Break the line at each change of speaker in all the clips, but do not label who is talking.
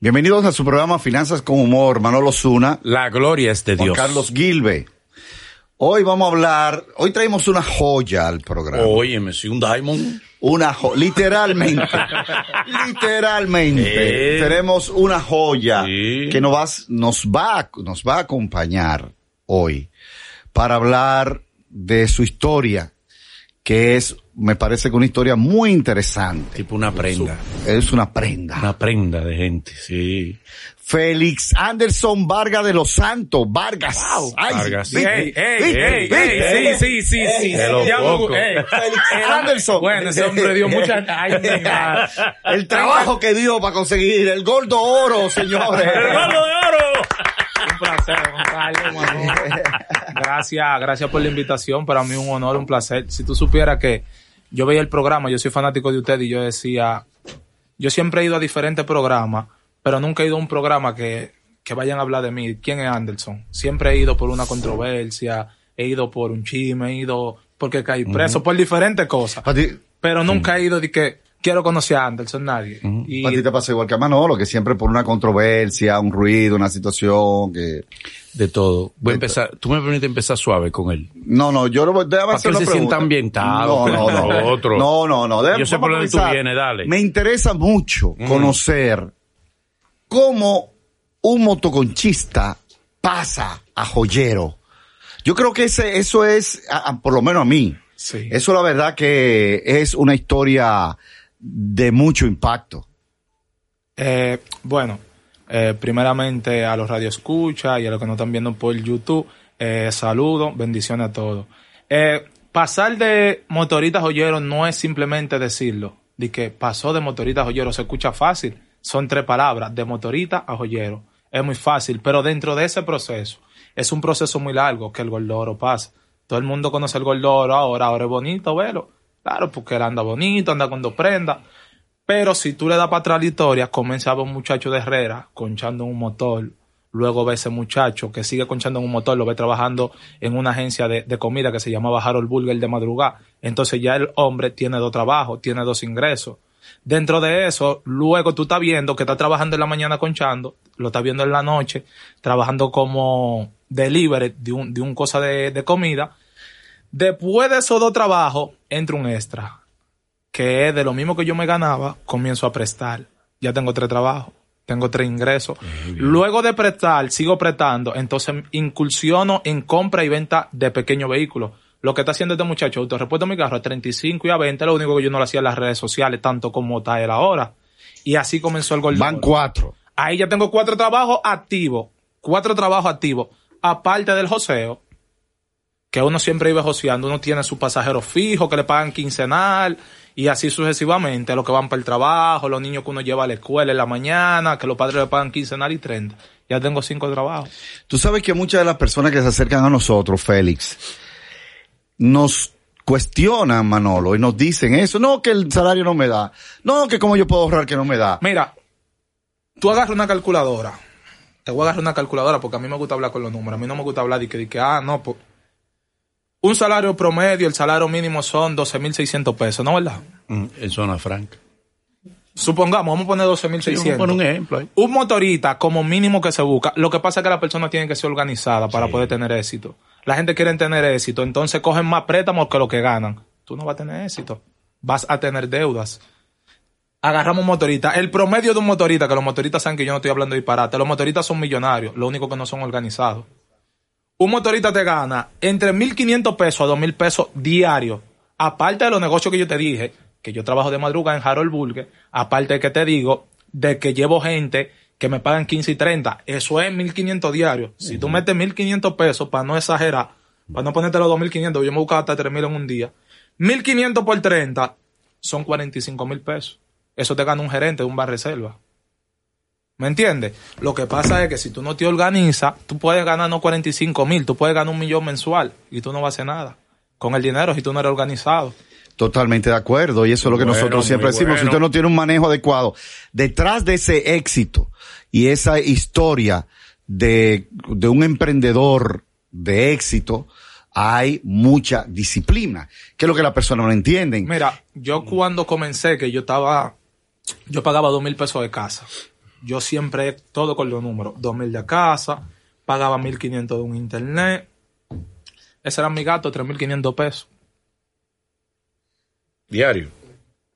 Bienvenidos a su programa Finanzas con Humor, Manolo Zuna,
La gloria es de
Juan
Dios.
Carlos Gilbe. Hoy vamos a hablar, hoy traemos una joya al programa.
Óyeme, si un diamond.
Una joya, literalmente, literalmente,
Eh.
tenemos una joya
Sí.
que nos va, nos, va, a- nos va a acompañar hoy para hablar de su historia, que es, me parece que una historia muy interesante.
Tipo una prenda.
Es una prenda.
Una prenda de gente, sí.
Félix Anderson Vargas de los Santos. Vargas. Ay,
Vargas.
¿viste?
Ey, ey,
¿Viste?
ey,
¿Viste?
ey, sí, sí, sí, sí.
De lo
Ya me-
poco.
ey,
Félix
el-
Anderson.
Bueno, ese hombre dio mucha. Ay, mi madre.
El trabajo que dio para conseguir el gordo oro, señores.
¡Palo de oro!
Un placer, Gonzalo, mi amor. Gracias, gracias por la invitación. Para mí un honor, un placer. Si tú supieras que yo veía el programa, yo soy fanático de usted y yo decía, yo siempre he ido a diferentes programas, pero nunca he ido a un programa que, que vayan a hablar de mí. ¿Quién es Anderson? Siempre he ido por una controversia, he ido por un chisme, he ido porque caí preso, por diferentes cosas.
Para ti,
Pero nunca he ido de que quiero conocer a Anderson, nadie. Y
pa' ti te pasa igual que a Manolo, que siempre por una controversia, un ruido, una situación que...
De todo. Voy a empezar. Tú me permites empezar suave con él.
No, no, yo lo voy a hacer
que él
una
se
pregunta.
sienta ambientado,
No, no,
con
no.
lo otro.
No, no, no. Déjame-
Yo sé
vamos
por
a
dónde tú
comenzar.
vienes, dale.
Me interesa mucho
Mm.
conocer cómo un motoconchista pasa a joyero. Yo creo que ese, eso es, a- a- por lo menos a mí,
Sí.
eso la verdad que es una historia de mucho impacto.
Eh, bueno, eh, primeramente a los radioescuchas y a los que nos están viendo por YouTube, eh, saludos, bendiciones a todos. Eh, pasar de motorista joyero no es simplemente decirlo, de que pasó de motorista a joyero, se escucha fácil, son tres palabras, de motorista a joyero, es muy fácil, pero dentro de ese proceso, es un proceso muy largo que el Gordoro pasa. Todo el mundo conoce el Gordoro ahora, ahora es bonito, velo. Claro, porque él anda bonito, anda con dos prendas. Pero si tú le das para atrás la historia, comenzaba un muchacho de Herrera conchando en un motor. Luego ve ese muchacho que sigue conchando en un motor, lo ve trabajando en una agencia de, de comida que se llamaba Harold Burger de madrugada. Entonces ya el hombre tiene dos trabajos, tiene dos ingresos. Dentro de eso, luego tú estás viendo que está trabajando en la mañana conchando, lo estás viendo en la noche, trabajando como delivery de un, de un cosa de, de comida. Después de esos dos trabajos, entra un extra que es de lo mismo que yo me ganaba, comienzo a prestar. Ya tengo tres trabajos, tengo tres ingresos. Luego de prestar, sigo prestando, entonces incursiono en compra y venta de pequeños vehículos. Lo que está haciendo este muchacho, autorrepuesto mi carro a 35 y a 20, lo único que yo no lo hacía en las redes sociales, tanto como está él ahora. Y así comenzó el gol.
Van cuatro.
Ahí ya tengo cuatro trabajos activos. Cuatro trabajos activos. Aparte del joseo, que uno siempre iba joseando. Uno tiene su pasajero fijo que le pagan quincenal y así sucesivamente. Los que van para el trabajo, los niños que uno lleva a la escuela en la mañana, que los padres le pagan quincenal y treinta. Ya tengo cinco trabajos.
Tú sabes que muchas de las personas que se acercan a nosotros, Félix, nos cuestionan, Manolo, y nos dicen eso. No, que el salario no me da. No, que cómo yo puedo ahorrar que no me da.
Mira, tú agarras una calculadora. Te voy a agarrar una calculadora porque a mí me gusta hablar con los números. A mí no me gusta hablar de que, de que ah, no, pues. Un salario promedio, el salario mínimo son 12.600 pesos, ¿no verdad?
Mm, En zona franca.
Supongamos, vamos a poner
Sí, vamos a poner un
12.600.
ejemplo ahí.
Un motorista como mínimo que se busca. Lo que pasa es que la persona tiene que ser organizada para poder tener éxito. La gente quiere tener éxito, entonces cogen más préstamos que lo que ganan. Tú no vas a tener éxito. Vas a tener deudas. Agarramos un motorista. El promedio de un motorista, que los motoristas saben que yo no estoy hablando de disparate, los motoristas son millonarios, lo único que no son organizados. Un motorista te gana entre 1.500 pesos a 2.000 pesos diarios. Aparte de los negocios que yo te dije, que yo trabajo de madrugada en Harold Burger, aparte de que te digo de que llevo gente que me pagan 15 y 30, eso es 1.500 diarios. Si tú metes 1.500 pesos, para no exagerar, para no ponerte los 2.500, yo me buscaba hasta 3.000 en un día. 1.500 por 30, son 45 mil pesos. Eso te gana un gerente de un bar reserva. ¿Me entiendes? Lo que pasa es que si tú no te organizas, tú puedes ganar no 45 mil, tú puedes ganar un millón mensual y tú no vas a hacer nada con el dinero si tú no eres organizado.
Totalmente de acuerdo, y eso es lo que
Bueno,
nosotros siempre
muy
decimos, si
bueno.
usted no tiene un manejo adecuado, detrás de ese éxito y esa historia de, de un emprendedor de éxito, hay mucha disciplina, que es lo que las personas no entienden.
Mira, yo cuando comencé, que yo estaba, yo pagaba dos mil pesos de casa. Yo siempre todo con los números. Dos mil de casa, pagaba mil quinientos de un internet. Ese era mi gasto, tres mil quinientos pesos.
Diario.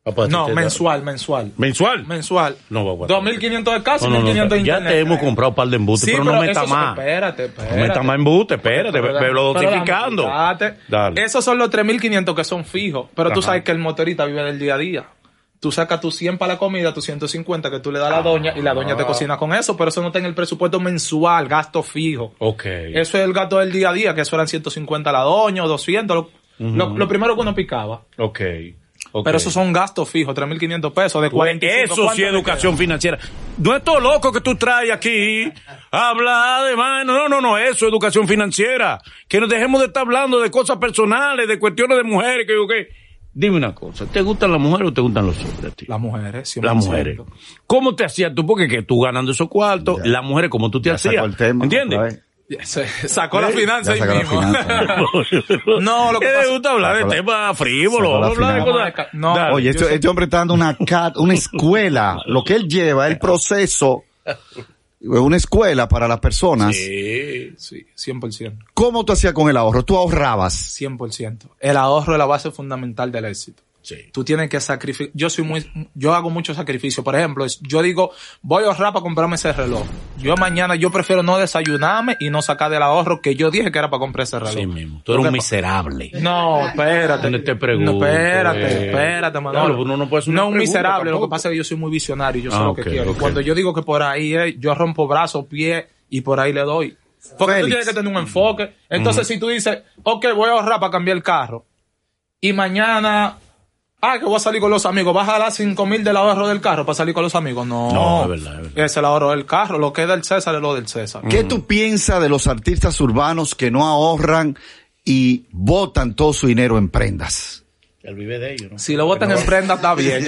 Papá,
No,
te- te-
mensual, mensual.
¿Mensual?
Mensual.
No, guagua.
Dos mil quinientos de casa y
No, no,
mil
no,
quinientos de
ya
internet.
te hemos comprado un par de embutes,
Sí,
pero, no
pero
meta
eso-
más.
espérate,
No meta
espérate.
más embute, espérate, ve- ve lo
Pero dame,
notificando.
espérate.
Dale.
Esos son los 3.500 que son fijos. Pero tú
Ajá.
sabes que el motorista vive del día a día. Tú sacas tus 100 para la comida, tus 150 que tú le das a la doña y la doña
Ah.
te cocina con eso. Pero eso no está en el presupuesto mensual, gasto fijo.
Ok.
Eso es el gasto del día a día, que eso eran 150 a la doña o 200. Lo, lo- lo primero que uno picaba.
Ok. ok.
Pero esos son gastos fijos, 3.500 pesos de
Tú ves,
45.
Pues Eso sí,
¿cuánto me
educación financiera. No es todo loco que tú traes aquí. Habla de mano. No, no, no. Eso, educación financiera. Que nos dejemos de estar hablando de cosas personales, de cuestiones de mujeres. Que yo qué. Dime una cosa. ¿Te gustan las mujeres o te gustan los hombres? a ti?
Las mujeres, 100%.
las mujeres. ¿Cómo te hacías tú? Porque que tú ganando esos cuartos, las mujeres, como tú te
Ya
hacías?
sacó el tema, otra
¿Entiendes?
vez.
Se- sacó
¿Eh?
la finanza
Ya
ahí
sacó la
mismo.
finanza.
No, lo que
¿Qué
pasa-
te Eh, gusta hablar de
Sacó la-
temas
sacó
frívolos?
la
hablar de
final.
cosas-
No,
Dale.
Oye, este, este hombre está dando una, cat- una escuela, lo que él lleva, el proceso, una escuela para las personas.
Sí, sí, 100%.
¿Cómo tú hacías con el ahorro? Tú ahorrabas.
100%. El ahorro es la base fundamental del éxito.
Sí.
Tú tienes que sacrificar. Yo soy muy, yo hago muchos sacrificios. Por ejemplo, es- yo digo, voy a ahorrar para comprarme ese reloj. Yo mañana, yo prefiero no desayunarme y no sacar del ahorro que yo dije que era para comprar ese reloj.
Sí mismo. Tú eres un
Porque-
miserable.
No, espérate.
No te pregunto,
No, espérate,
eh.
espérate, Manolo.
Claro, uno no puede hacer una
un
pregunta
miserable. Lo
tampoco.
que pasa es que yo soy muy visionario. Yo sé
Ah,
lo que
ok,
quiero.
ok.
Cuando yo digo que por ahí es, yo rompo brazos, pies y por ahí le doy. Porque
Félix.
tú tienes que tener un enfoque. Entonces, si tú dices, ok, voy a ahorrar para cambiar el carro y mañana. Ah, que voy a salir con los amigos. ¿Vas a dar 5 mil del ahorro del carro para salir con los amigos? No.
No, es verdad, es verdad.
Es el ahorro del carro. Lo que es del César es lo del César.
¿Qué tú piensas de los artistas urbanos que no ahorran y botan todo su dinero en prendas?
El vive de ellos, ¿no?
Si lo botan en prenda, está bien.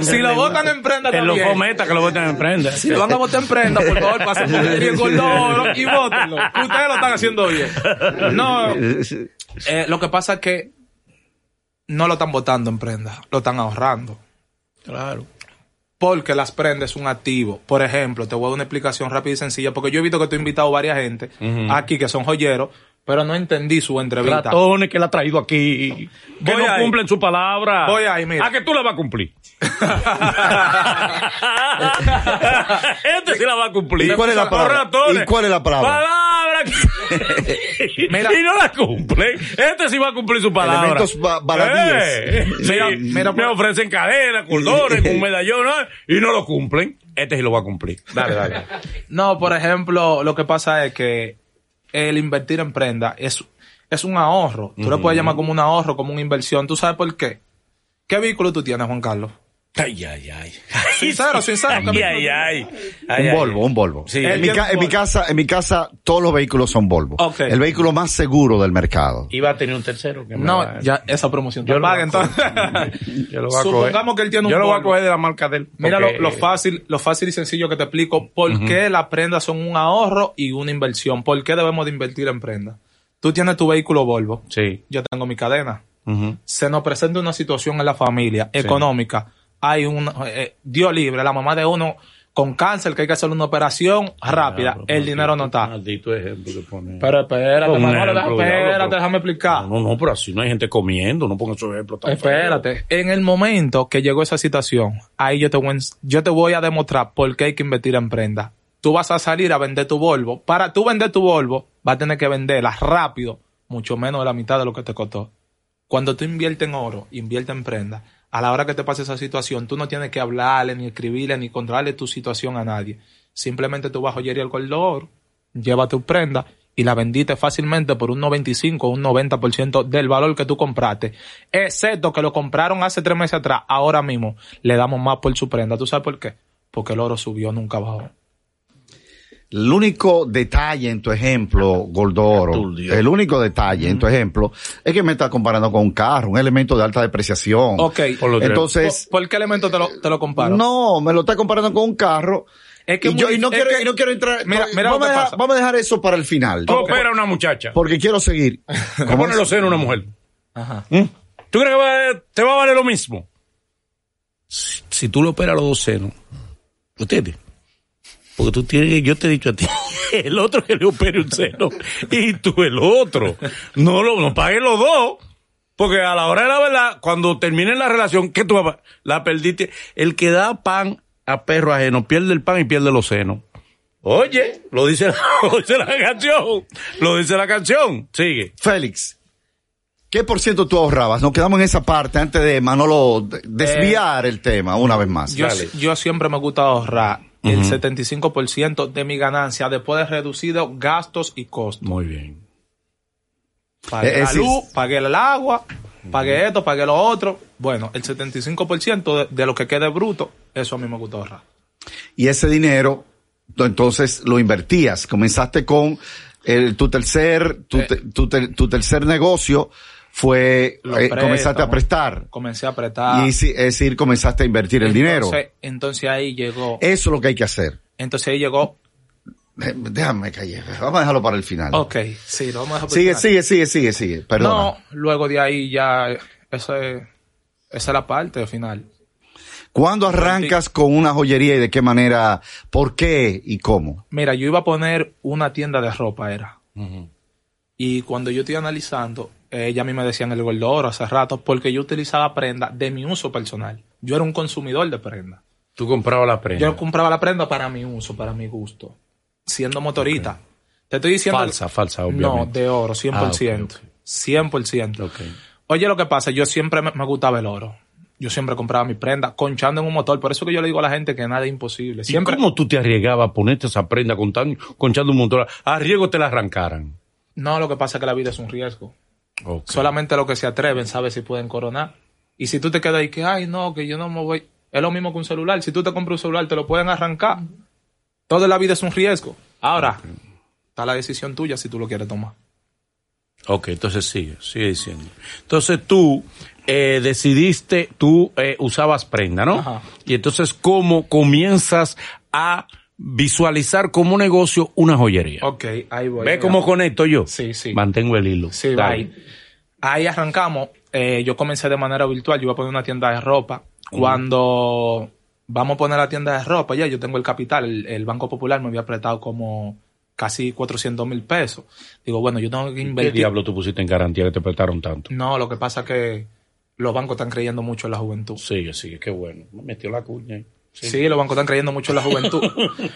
si lo botan en prenda, está
Te lo
bien.
cometa que lo botan en prenda.
Si lo van a votar en prenda, por favor, pasen por el riesgo oro y votenlo. Ustedes lo están haciendo bien. No, eh, lo que pasa es que no lo están votando en prenda, lo están ahorrando.
Claro.
Porque las prendas es un activo. Por ejemplo, te voy a dar una explicación rápida y sencilla, porque yo he visto que tú has invitado varias gente aquí que son joyeros, pero no entendí su entrevista.
Ratones que la ha traído aquí. Que
Voy
no
ahí.
cumplen su palabra.
Voy ahí, mira.
A que tú la vas a cumplir. este sí la va a cumplir.
¿Y cuál es la
Los
palabra?
ratones.
¿Y cuál es la palabra?
Palabra que-
Mira.
Y no la cumple. Este sí va a cumplir su palabra.
Elementos ba- baladíes.
Eh, sí,
Mira, mira,
me
por-
ofrecen cadenas, cordones, un medallón ¿no? y no lo cumplen. Este sí lo va a cumplir. Dale, dale.
No, por ejemplo, lo que pasa es que el invertir en prenda es, es un ahorro. Tú lo puedes llamar como un ahorro, como una inversión. ¿Tú sabes por qué? ¿Qué vehículo tú tienes, Juan Carlos?
Ay, ay, ay.
Sincero, sincero,
Ay,
Camilo.
ay, ay. Ay,
Un
ay.
Volvo, un Volvo.
Sí.
En, mi ca- en mi casa, en mi casa todos los vehículos son Volvo.
Ok.
El vehículo más seguro del mercado.
Iba a tener un tercero. que me
No,
va-
ya esa promoción te
Yo lo
paga,
voy a
entonces.
Yo lo voy a
Supongamos
coger.
que él tiene un
Yo lo voy a
Volvo.
coger de la marca de él.
Mira
porque-
lo, lo fácil, lo fácil y sencillo que te explico por qué las prendas son un ahorro y una inversión. ¿Por qué debemos de invertir en prendas? Tú tienes tu vehículo Volvo.
Sí.
Yo tengo mi cadena.
Ujú.
se nos presenta una situación en la familia económica. Hay un eh, Dios libre, la mamá de uno con cáncer que hay que hacer una operación Ah, rápida.
Claro,
el dinero no está.
Maldito ejemplo que pone.
Pero espérate,
Pon un
Manolo,
ejemplo,
espérate,
diablo, pero-
déjame explicar.
No, no, pero así no hay gente comiendo. No pongas esos ejemplos tan
Espérate, en el momento que llegó esa situación, ahí yo te voy, a ens- yo te voy a demostrar por qué hay que invertir en prenda. Tú vas a salir a vender tu Volvo. Para tú vender tu Volvo, vas a tener que venderla rápido, mucho menos de la mitad de lo que te costó. Cuando tú inviertes en oro, inviertes en prenda, a la hora que te pase esa situación, tú no tienes que hablarle, ni escribirle, ni contarle tu situación a nadie. Simplemente tú vas a joyería al color, lleva tu prenda y la vendiste fácilmente por un 95 o un 90% del valor que tú compraste, excepto que lo compraron hace tres meses atrás, ahora mismo le damos más por su prenda. ¿Tú sabes por qué? Porque el oro subió, nunca bajó.
El único detalle en tu ejemplo, Goldoro, el único detalle
Mm-hmm.
en tu ejemplo es que me estás comparando con un carro, un elemento de alta depreciación.
Ok,
Por lo que-
Entonces,
¿por, por qué elemento te lo, te lo comparo?
no, me lo estás comparando con un carro.
Es que
y, yo,
muy-
y no
es
quiero,
que-
y no quiero entrar.
Mira, mira lo
vamos, a
que
dejar,
pasa.
vamos a dejar eso para el final.
Tú operas a una muchacha.
Porque quiero seguir.
Te pones los senos a una mujer.
Ajá.
¿Mm? ¿Tú crees que va- te va a valer lo mismo? Si, si tú le operas los dos senos, ¿entiendes? Porque tú tienes, yo te he dicho a ti, el otro que le opere un seno y tú el otro. No lo no paguen los dos. Porque a la hora de la verdad, cuando termine la relación, ¿qué tú vas a pa- La perdiste. El que da pan a perro ajeno pierde el pan y pierde los senos. Oye, lo dice la, lo dice la canción. Lo dice la canción. Sigue.
Félix, ¿qué por ciento tú ahorrabas? Nos quedamos en esa parte antes de Manolo de- desviar el tema una vez más.
Eh, Yo, yo siempre me gusta ahorrar el 75% de mi ganancia después de reducido gastos y costos.
Muy bien.
Pagué
Eh,
la
sí.
luz, pagué el agua, pagué esto, pagué lo otro. Bueno, el 75% de, de lo que quede bruto, eso a mí me gusta ahorrar.
y ese dinero tú entonces lo invertías. Comenzaste con el- tu tercer,
Eh.
tu, te- tu te- tu tercer negocio fue,
Los
eh, comenzaste a
préstamos.
prestar.
Comencé a apretar.
Y si- es decir, comenzaste a invertir el dinero. Eh.
Entonces, entonces ahí llegó,
Eso es lo que hay que hacer.
entonces ahí llegó,
Eh, Déjame callar. Vamos a dejarlo para el final.
ok, sí, lo vamos a dejar por
Sigue,
final.
sigue, sigue, sigue, sigue. Perdona.
No, luego de ahí ya, eh, ese- esa es la parte final.
¿Cuándo arrancas con una joyería y de qué manera, por qué y cómo?
Mira, yo iba a poner una tienda de ropa, era. Y cuando yo estoy analizando, eh, ya a mí me decían el gordo oro hace rato, porque yo utilizaba prenda de mi uso personal. Yo era un consumidor de prenda.
Tú comprabas la prenda.
Yo compraba la prenda para mi uso, para mi gusto. Siendo motorita. Te estoy diciendo.
Falsa, falsa,
No,
obviamente.
de oro, 100%.
Ah, ok, ok.
100%. Oye, lo que pasa, yo siempre me, me gustaba el oro. Yo siempre compraba mi prenda, conchando en un motor. Por eso que yo le digo a la gente que nada es imposible. Siempre.
¿Y cómo tú te arriesgabas a ponerte esa prenda con tan, conchando un montón? A riesgo te la arrancaran.
No, lo que pasa es que la vida es un riesgo.
Ok.
Solamente los que se atreven saben si pueden coronar. Y si tú te quedas ahí que, ay, no, que yo no me voy. Es lo mismo que un celular. Si tú te compras un celular, te lo pueden arrancar. Toda la vida es un riesgo. Ahora, está la decisión tuya si tú lo quieres tomar.
Ok, entonces sigue, sigue diciendo. Entonces tú eh, decidiste, tú eh, usabas prenda, ¿no?
Ajá.
Y entonces, ¿cómo comienzas a visualizar como negocio una joyería?
Ok, ahí voy.
¿Ves
Ahí
cómo conecto yo?
Sí, sí.
Mantengo el hilo.
Sí,
Está
va.
bien.
Ahí arrancamos. Eh, yo comencé de manera virtual. Yo iba a poner una tienda de ropa. Cuando vamos a poner la tienda de ropa, ya yo tengo el capital. El, el Banco Popular me había apretado como casi 400 mil pesos. Digo, bueno, yo tengo que
¿Qué
invertir.
diablo tú pusiste en garantía que te prestaron tanto?
No, lo que pasa es que los bancos están creyendo mucho en la juventud.
Sigue, sigue, qué bueno. Me metió la cuña. ahí.
Sí, los bancos están creyendo mucho en la juventud.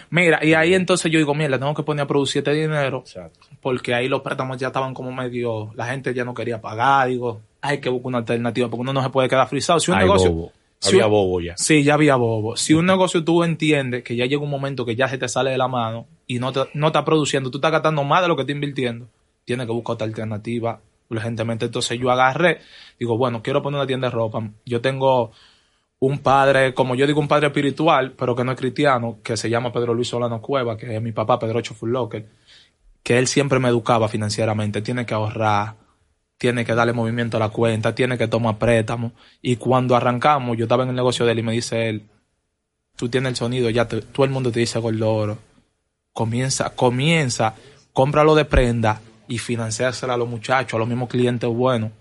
Mira, y ahí entonces yo digo, mira, le tengo que poner a producir este dinero.
Exacto.
porque ahí los préstamos ya estaban como medio, la gente ya no quería pagar, digo, hay que buscar una alternativa, porque uno no se puede quedar frisado. Si un
Ay,
negocio,
bobo.
si
Había
un-
bobo ya.
Sí, ya había bobo. Si un negocio tú entiendes que ya llega un momento que ya se te sale de la mano y no, te, no está produciendo, tú estás gastando más de lo que estás invirtiendo, tienes que buscar otra alternativa urgentemente. Entonces yo agarré, digo, bueno, quiero poner una tienda de ropa. Yo tengo un padre, como yo digo, un padre espiritual, pero que no es cristiano, que se llama Pedro Luis Solano Cueva, que es mi papá, Pedro Fullocker, que él siempre me educaba financieramente, tiene que ahorrar, tiene que darle movimiento a la cuenta, tiene que tomar préstamos. Y cuando arrancamos, yo estaba en el negocio de él y me dice él, tú tienes el sonido, ya te- todo el mundo te dice Gordoro, comienza, comienza, cómpralo de prenda y financiársela a los muchachos, a los mismos clientes buenos.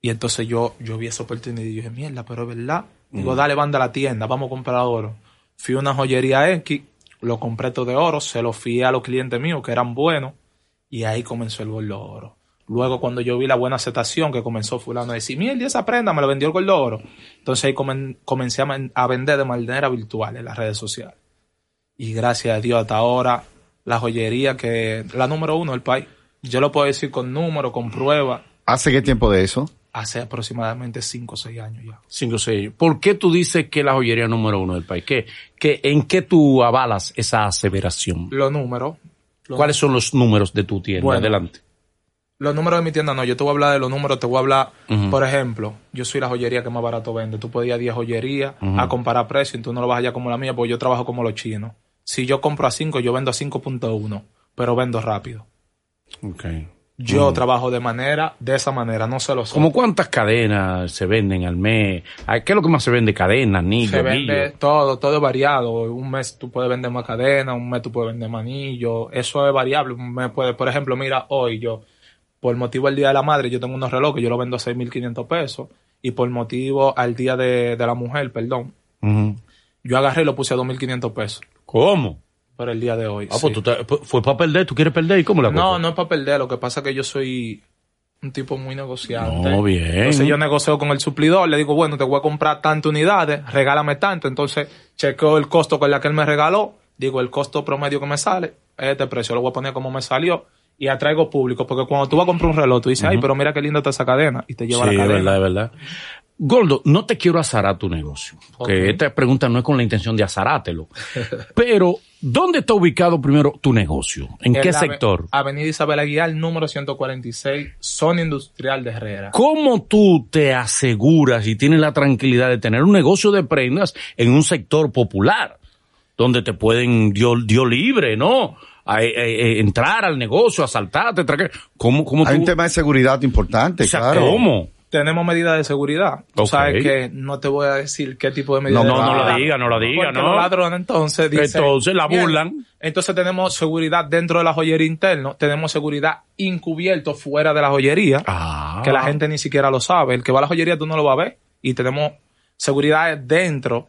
Y entonces yo, yo vi esa oportunidad y dije, mierda, pero es verdad. Digo, dale banda a la tienda, vamos a comprar oro. Fui a una joyería X, lo compré todo de oro, se lo fié a los clientes míos que eran buenos. Y ahí comenzó el gordo oro. Luego, cuando yo vi la buena aceptación que comenzó fulano a decir, mira, esa prenda me la vendió el gordo oro. Entonces ahí comen- comencé a, man- a vender de manera virtual en las redes sociales. Y gracias a Dios hasta ahora, la joyería que la número uno del país. Yo lo puedo decir con número, con prueba,
¿Hace qué tiempo de eso?
hace aproximadamente 5 o 6 años ya.
Cinco, seis. ¿Por qué tú dices que es la joyería número uno del país? ¿Qué, qué, ¿En qué tú avalas esa aseveración?
Los números,
¿Cuáles son los números de tu tienda?
Bueno.
Adelante.
Los números de mi tienda no, yo te voy a hablar de los números, te voy a hablar, por ejemplo, yo soy la joyería que más barato vende, tú podías 10 joyerías a comparar precios, tú no lo vas allá como la mía, porque yo trabajo como los chinos. Si yo compro a 5, yo vendo a 5.1, pero vendo rápido.
Ok.
Yo trabajo de manera, de esa manera, no se lo sé.
¿Cómo cuántas cadenas se venden al mes? Ay, ¿Qué es lo que más se vende? Cadenas, anillos,
Se vende
anillos.
todo, todo es variado. Un mes tú puedes vender más cadena, un mes tú puedes vender más anillo. Eso es variable. Un mes puede, por ejemplo, mira, hoy yo, por motivo del Día de la Madre, yo tengo unos relojes, yo los vendo a 6.500 pesos. Y por motivo al Día de, de la Mujer, perdón,
Ujú.
yo agarré y lo puse a 2.500 pesos
¿Cómo?
para el día de hoy.
Ah,
sí.
pues tú te- pues, fue para perder, tú quieres perder y cómo la
No,
cosa?
no es para perder. Lo que pasa es que yo soy un tipo muy negociante.
No, bien.
Entonces yo negocio con el suplidor. Le digo, bueno, te voy a comprar tantas unidades, regálame tanto. Entonces chequeo el costo con la que él me regaló. Digo, el costo promedio que me sale, este precio lo voy a poner como me salió. Y atraigo público. Porque cuando tú vas a comprar un reloj, tú dices, ay, pero mira qué linda está esa cadena. Y te lleva
Sí,
la
es
cadena.
verdad, es verdad. Goldo, no te quiero azarar tu negocio. Que
Ok.
esta pregunta no es con la intención de azarártelo. pero, ¿dónde está ubicado primero tu negocio? ¿En
En
qué
la
sector?
ave- Avenida Isabel Aguilar, número 146, zona industrial de Herrera.
¿Cómo tú te aseguras y tienes la tranquilidad de tener un negocio de prendas en un sector popular? Donde te pueden, Dios, Dios libre, ¿no? A- a- a- entrar al negocio, asaltarte, traque- ¿Cómo, cómo
Hay
tú?
un tema de seguridad importante,
o sea,
claro.
¿Cómo?
tenemos medidas de seguridad. Tú
Ok.
sabes que no te voy a decir qué tipo de medidas
No,
de
no, no
seguridad.
la
diga, no la diga,
Porque
¿no?
Los ladrones entonces dicen,
Entonces, la
"Mierda".
burlan.
Entonces tenemos seguridad dentro de la joyería interna, tenemos seguridad encubierto fuera de la joyería,
Ah.
que la gente ni siquiera lo sabe. El que va a la joyería tú no lo vas a ver. Y tenemos seguridad dentro,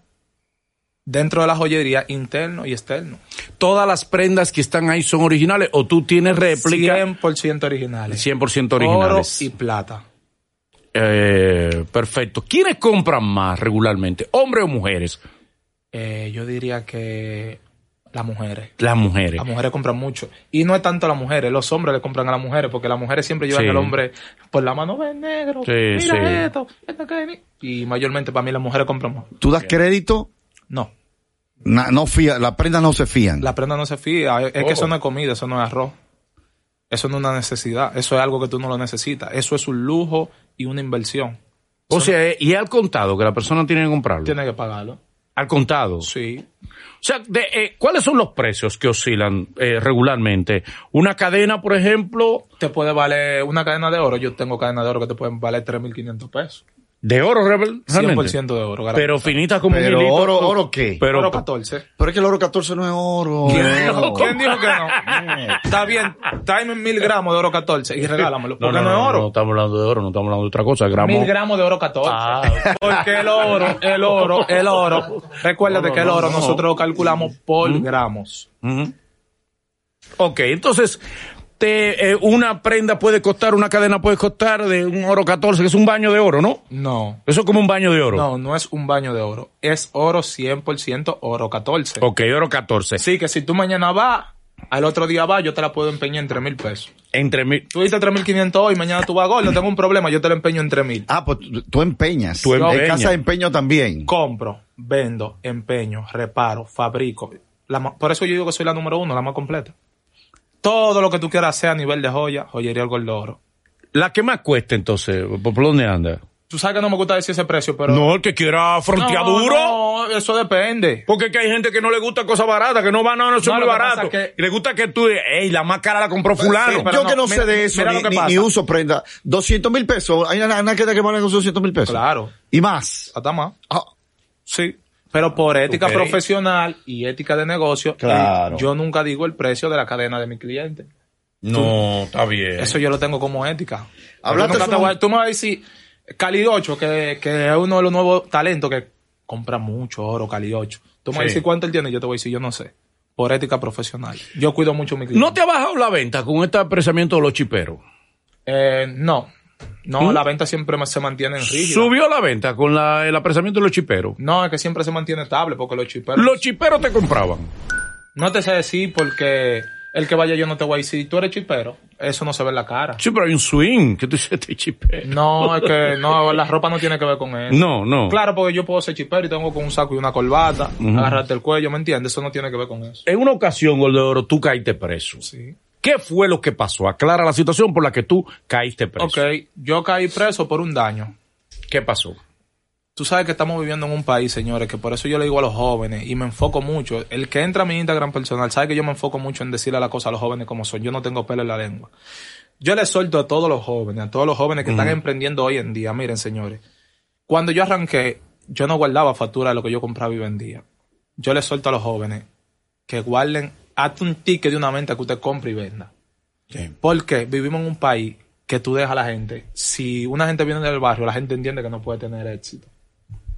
dentro de la joyería, interno y externo.
todas las prendas que están ahí son originales o tú tienes réplica
100% originales.
100%
Oro
originales.
y plata.
Eh, perfecto. ¿Quiénes compran más regularmente? ¿Hombres o mujeres?
Eh, yo diría que las mujeres.
Las mujeres.
Las mujeres compran mucho. Y no es tanto las mujeres, los hombres le compran a las mujeres, porque las mujeres siempre llevan
Sí.
al hombre por la mano, ve negro,
Sí,
mira
sí.
esto, esto que ni-". Y mayormente para mí las mujeres compran más.
¿Tú das crédito?
No,
Na- no fía, las prendas no se fían.
la prenda no se fía, es es que
Oh.
eso no es comida, eso no es arroz. Eso no es una necesidad, eso es algo que tú no lo necesitas, eso es un lujo y una inversión.
o sea, eh, y al contado, que la persona tiene que comprarlo.
Tienes que pagarlo.
Al contado.
Sí.
O sea, de, eh, ¿cuáles son los precios que oscilan eh, regularmente? Una cadena, por ejemplo,
Te puede valer una cadena de oro, yo tengo cadena de oro que te pueden valer 3.500 pesos.
de oro real- realmente.
100% de oro, garantizado.
Pero finitas como
Pero
un hilito.
oro, oro qué?
Pero,
oro 14.
Pero es que el oro 14 no es oro.
¿Quién dijo, quién dijo que no? Está bien, tráeme mil gramos de oro 14 y regálamelo.
no,
Porque
no,
no,
no,
es oro.
no estamos hablando de oro, no estamos hablando de otra cosa. Gramos.
Mil gramos de oro 14.
Ah,
Porque el oro, el oro, el oro. Recuérdate
No, no,
que el
no, ¿Mm?
oro
no.
nosotros lo calculamos por gramos.
Ujú. Ok, entonces, te, eh, una prenda puede costar, una cadena puede costar de un oro 14, que es un baño de oro, ¿no?
No.
Eso es como un baño de oro.
No, no es un baño de oro. Es oro 100% oro 14.
Ok, oro 14.
Así que si tú mañana vas, al otro día vas, yo te la puedo empeñar en 3 mil pesos.
Entre mil.
Tú diste 3.500 hoy, mañana tú vas a gol, no tengo un problema, yo te la empeño en 3 mil.
Ah, pues tú- tú empeñas.
Tú empeñas.
En casa de empeño también.
compro, vendo, empeño, reparo, fabrico. La ma- por eso yo digo que soy la número uno, la más completa. Todo lo que tú quieras hacer a nivel de joya, joyería el gordo oro.
La que más cuesta, entonces, ¿por por dónde anda?
Tú sabes que no me gusta decir ese precio, pero...
No, el que quiera frontear duro.
no, eso depende.
Porque es que hay gente que no le gusta cosas baratas, que no van a no, eso es
No,
muy
lo que pasa
barato.
es que-
Y le gusta que Pues tú, ey, la más cara la compró fulano.
pero
Yo
no,
que no
mira-
sé de eso,
mira
ni,
lo que
ni-
pasa.
ni uso prenda. 200 mil pesos. Hay una, una queda que vale con 200 mil pesos.
Claro.
Y más.
Hasta más.
Ah,
Sí. Pero por ética
Ok.
profesional y ética de negocio,
Claro.
eh, yo nunca digo el precio de la cadena de mi cliente.
no, está bien.
Eso yo lo tengo como ética.
Hablaste
Yo nunca te
sobre-
voy a- Tú me vas a decir, Cali 8, que, que es uno de los nuevos talentos que compra mucho oro, Cali 8. Tú me vas a
Sí.
decir cuánto él tiene, yo te voy a decir, yo no sé. Por ética profesional. Yo cuido mucho a mi cliente.
¿No te ha bajado la venta con este apreciamiento de los chiperos?
Eh, no. No,
¿Mm?
la venta siempre se mantiene en rígida.
Subió la venta con la- el apreciamiento de los chiperos.
No, es que siempre se mantiene estable porque los chiperos...
Los chiperos te compraban.
No te sé decir porque El que vaya yo no te voy a decir, tú eres chipero. Eso no se ve en la cara.
Sí, pero hay un swing que tú dices, este chipero.
No, es que no, la ropa no tiene que ver con eso.
No, no.
Claro, porque yo puedo ser chipero y tengo con un saco y una corbata, agarrarte el cuello, ¿me entiendes? Eso no tiene que ver con eso.
En una ocasión, Gordo de Oro, tú caíste preso.
Sí.
¿Qué fue lo que pasó? Aclara la situación por la que tú caíste preso.
Ok, yo caí preso por un daño.
¿Qué pasó?
Tú sabes que estamos viviendo en un país, señores, que por eso yo le digo a los jóvenes y me enfoco mucho. El que entra a mi Instagram personal sabe que yo me enfoco mucho en decirle las cosas a los jóvenes como son. Yo no tengo pelo en la lengua. Yo les suelto a todos los jóvenes, a todos los jóvenes que están emprendiendo hoy en día. Miren, señores, cuando yo arranqué, yo no guardaba factura de lo que yo compraba y vendía. Yo les suelto a los jóvenes que guarden hasta un ticket de una venta que usted compre y venda. Porque vivimos en un país que tú dejas a la gente. Si una gente viene del barrio, la gente entiende que no puede tener éxito.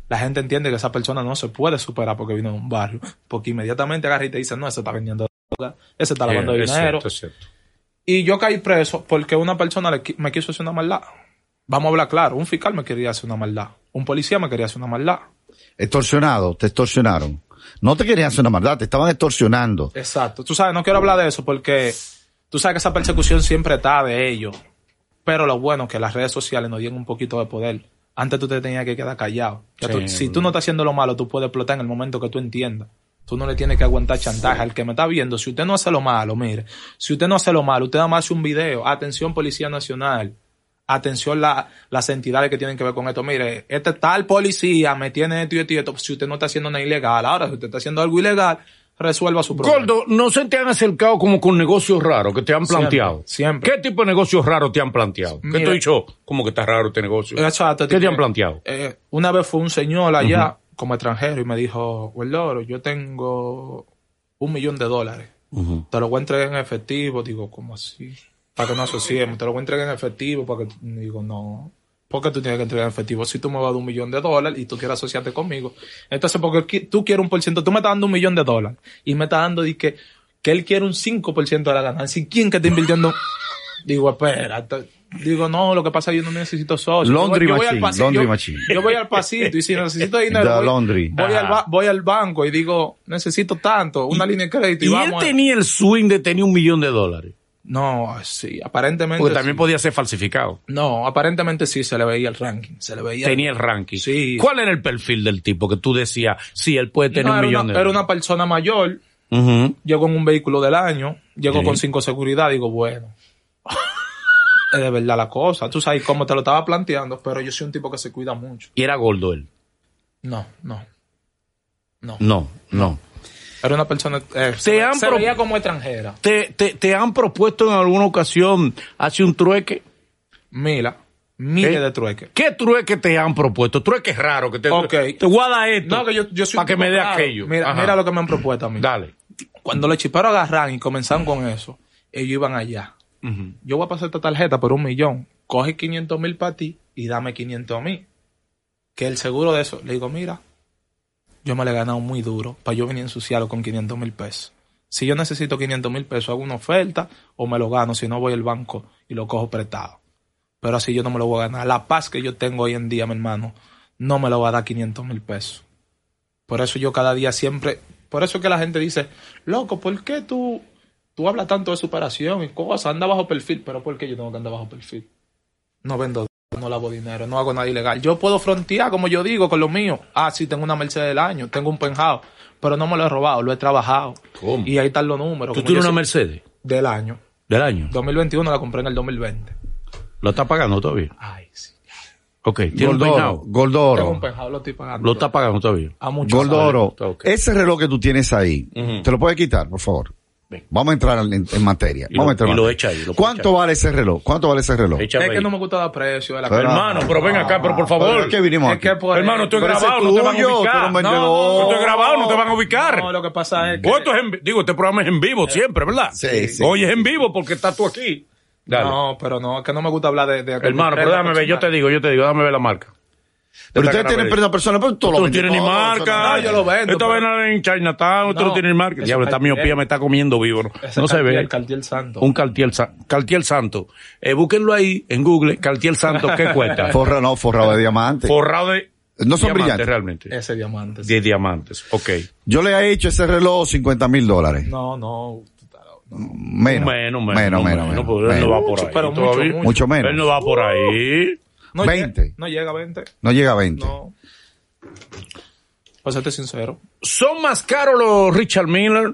La gente entiende que esa persona no se puede superar porque vino de un barrio. Porque inmediatamente agarra y te dice, no, ese está vendiendo droga, ese está lavando
Eh, es
dinero.
cierto, es cierto.
Y yo caí preso porque una persona le qui- me quiso hacer una maldad. Vamos a hablar claro, un fiscal me quería hacer una maldad, un policía me quería hacer una maldad.
Extorsionado, te extorsionaron. No te querían hacer una maldad, te estaban extorsionando.
Exacto. Tú sabes, no quiero hablar de eso porque tú sabes que esa persecución siempre está de ellos. Pero lo bueno es que las redes sociales nos dieron un poquito de poder. Antes tú te tenías que quedar callado. Ya tú-
Sí,
si tú no estás haciendo lo malo, tú puedes explotar en el momento que tú entiendas. Tú no le tienes que aguantar chantaje al que me está viendo. Si usted no hace lo malo, mire, si usted no hace lo malo, usted nada más hace un video. Atención, Policía Nacional. Atención, la- las entidades que tienen que ver con esto. Mire, este tal policía me tiene esto y esto y esto. Si usted no está haciendo nada ilegal, ahora si usted está haciendo algo ilegal, resuelva su problema.
Gordo, ¿no se te han acercado como con negocios raros que te han
Siempre,
planteado?
siempre.
¿Qué tipo de negocios raros te han planteado? ¿Qué te
Mira.
he dicho? ¿Cómo que está raro este negocio?
Exacto.
¿Qué te han planteado?
Eh, una vez fue un señor allá como extranjero y me dijo, Welloro, yo tengo un millón de dólares. Te lo voy a entregar en efectivo. Digo, ¿cómo así? Para que no asociemos. Te lo voy a entregar en efectivo. Para que... Digo, no. ¿Por qué tú tienes que entregar en efectivo? Si tú me vas a dar un millón de dólares y tú quieres asociarte conmigo. Entonces, porque qui- tú quieres un por ciento. Tú me estás dando un millón de dólares. Y me estás dando di que, que él quiere un 5% de la ganancia. ¿Y quién que está invirtiendo? Digo, espera. Digo, no, lo que pasa es que yo no necesito socios. Yo voy-
Laundry
yo voy al
machine,
pasi-
laundry
yo-
machine.
yo voy al pasito y si necesito
The
dinero,
laundry.
voy, voy al ba- voy al banco y digo, necesito tanto, una línea de crédito y,
Y él
vamos. a-
tenía el swing de tener un millón de dólares.
No, sí, aparentemente.
Porque también
sí.
podía ser falsificado.
No, aparentemente sí se le veía el ranking, se le veía.
Tenía el ranking.
Sí.
¿Cuál era el perfil del tipo que tú decías, sí, él puede tener
No,
un
era,
millón
una,
de
era
dólares?
una persona mayor,
Ujú.
llegó en un vehículo del año, llegó
Sí.
con cinco seguridad, digo, bueno. es de verdad la cosa, tú sabes cómo te lo estaba planteando, pero yo soy un tipo que se cuida mucho.
Y era gordo él.
No, no. No.
No, no.
Era una persona. eh, se,
Te
ve-
han
se
pro-
veía como extranjera.
¿Te, te, te han propuesto en alguna ocasión hace un trueque?
Mila, miles
¿Eh?
de trueques.
¿Qué trueque te han propuesto? Trueque raro que te,
Ok.
te guarda esto.
No, que yo, yo soy
Para
un
que
tipo
me dé
claro.
aquello.
Mira,
Ajá.
mira lo que me han propuesto a mí.
Dale.
Cuando los chiperos agarran y comenzaron con eso, ellos iban allá. Yo voy a pasar esta tarjeta por un millón. Coge 500 mil para ti y dame 500 mil. Que el seguro de eso, le digo, mira, yo me lo he ganado muy duro para yo venir a ensuciarlo con 500 mil pesos. Si yo necesito 500 mil pesos, hago una oferta o me lo gano. Si no, voy al banco y lo cojo prestado. Pero así yo no me lo voy a ganar. La paz que yo tengo hoy en día, mi hermano, no me lo va a dar 500 mil pesos. Por eso yo cada día siempre, por eso que la gente dice, loco, ¿por qué tú, tú hablas tanto de superación y cosas? Anda bajo perfil, pero ¿por qué yo tengo que andar bajo perfil? No vendo, droga, no lavo dinero, no hago nada ilegal. Yo puedo frontear, como yo digo, con lo mío. Ah, sí, tengo una Mercedes del año, tengo un penjado, pero no me lo he robado, lo he trabajado.
¿Cómo?
Y ahí están los números.
¿Tú
como
tienes
yo
una
sé-
Mercedes
Del año.
del año?
2021 la compré en el 2020.
¿Lo estás pagando todavía?
Ay, sí.
Ok, tiene un
Goldoro,
peinado.
Tengo un
Goldoro,
penjado, lo estoy pagando.
Lo está pagando todavía.
A muchos.
Goldoro.
Está ok.
Ese reloj que tú tienes ahí, ¿te lo puedes quitar, por favor? Vamos a entrar en, en materia.
Y lo-
Vamos a entrar en
y lo
materia.
echa ahí, lo puede
¿Cuánto
echar.
vale ese reloj? ¿Cuánto vale ese reloj?
Échame
Es que
ahí.
no me gusta dar precio de la
Pero-
Hermano, pero ven acá, pero por favor.
Pero es que vinimos
Es que
aquí.
por-
Hermano, estoy
Pero ese
grabado,
es
no te van a
tuyo, tú eres
ubicar.
un vendedor.
esto es grabado, no te van a ubicar.
No, lo que pasa es que.
O esto es en- digo, este programa es en vivo siempre, ¿verdad?
Sí, sí.
Hoy es en vivo porque estás tú aquí. Dale.
No, pero no, es que no me gusta hablar de. de
Hermano, pero déjame ver, yo te digo, yo te digo, déjame ver la marca.
Pero
Esta
ustedes
cara
tienen
de-
prendas personales, pero tú lo
Tú no
vendes
tienes ni
todo,
marca.
no, yo lo vendo,
Esta
pero-
vaina en Chinatown, usted no
No,
tiene ni marca.
eso
Diablo, esta
Cartier.
miopía me está comiendo vivo. No,
Ese
No se
Cartier,
ve.
el Cartier Santo.
Un Cartier, Sa- Cartier Santo. Eh, búsquenlo ahí en Google. Cartier Santo, ¿qué cuesta?
Forra no, forrado de diamante.
Forrado de.
No son
diamantes,
brillantes.
realmente.
Ese diamante. sí.
De diamantes. Ok.
Yo le he hecho ese reloj 50 mil dólares.
No, no. tú estás loco.
Menos,
Menos, menos, menos, menos, pues, él no
menos.
va por
Mucho,
ahí.
pero mucho,
todavía.
mucho.
Mucho menos.
Él no va por ahí.
No
20.
llega- no llega a 20.
No llega a 20.
No. Para serte sincero.
¿Son más caros los Richard Miller?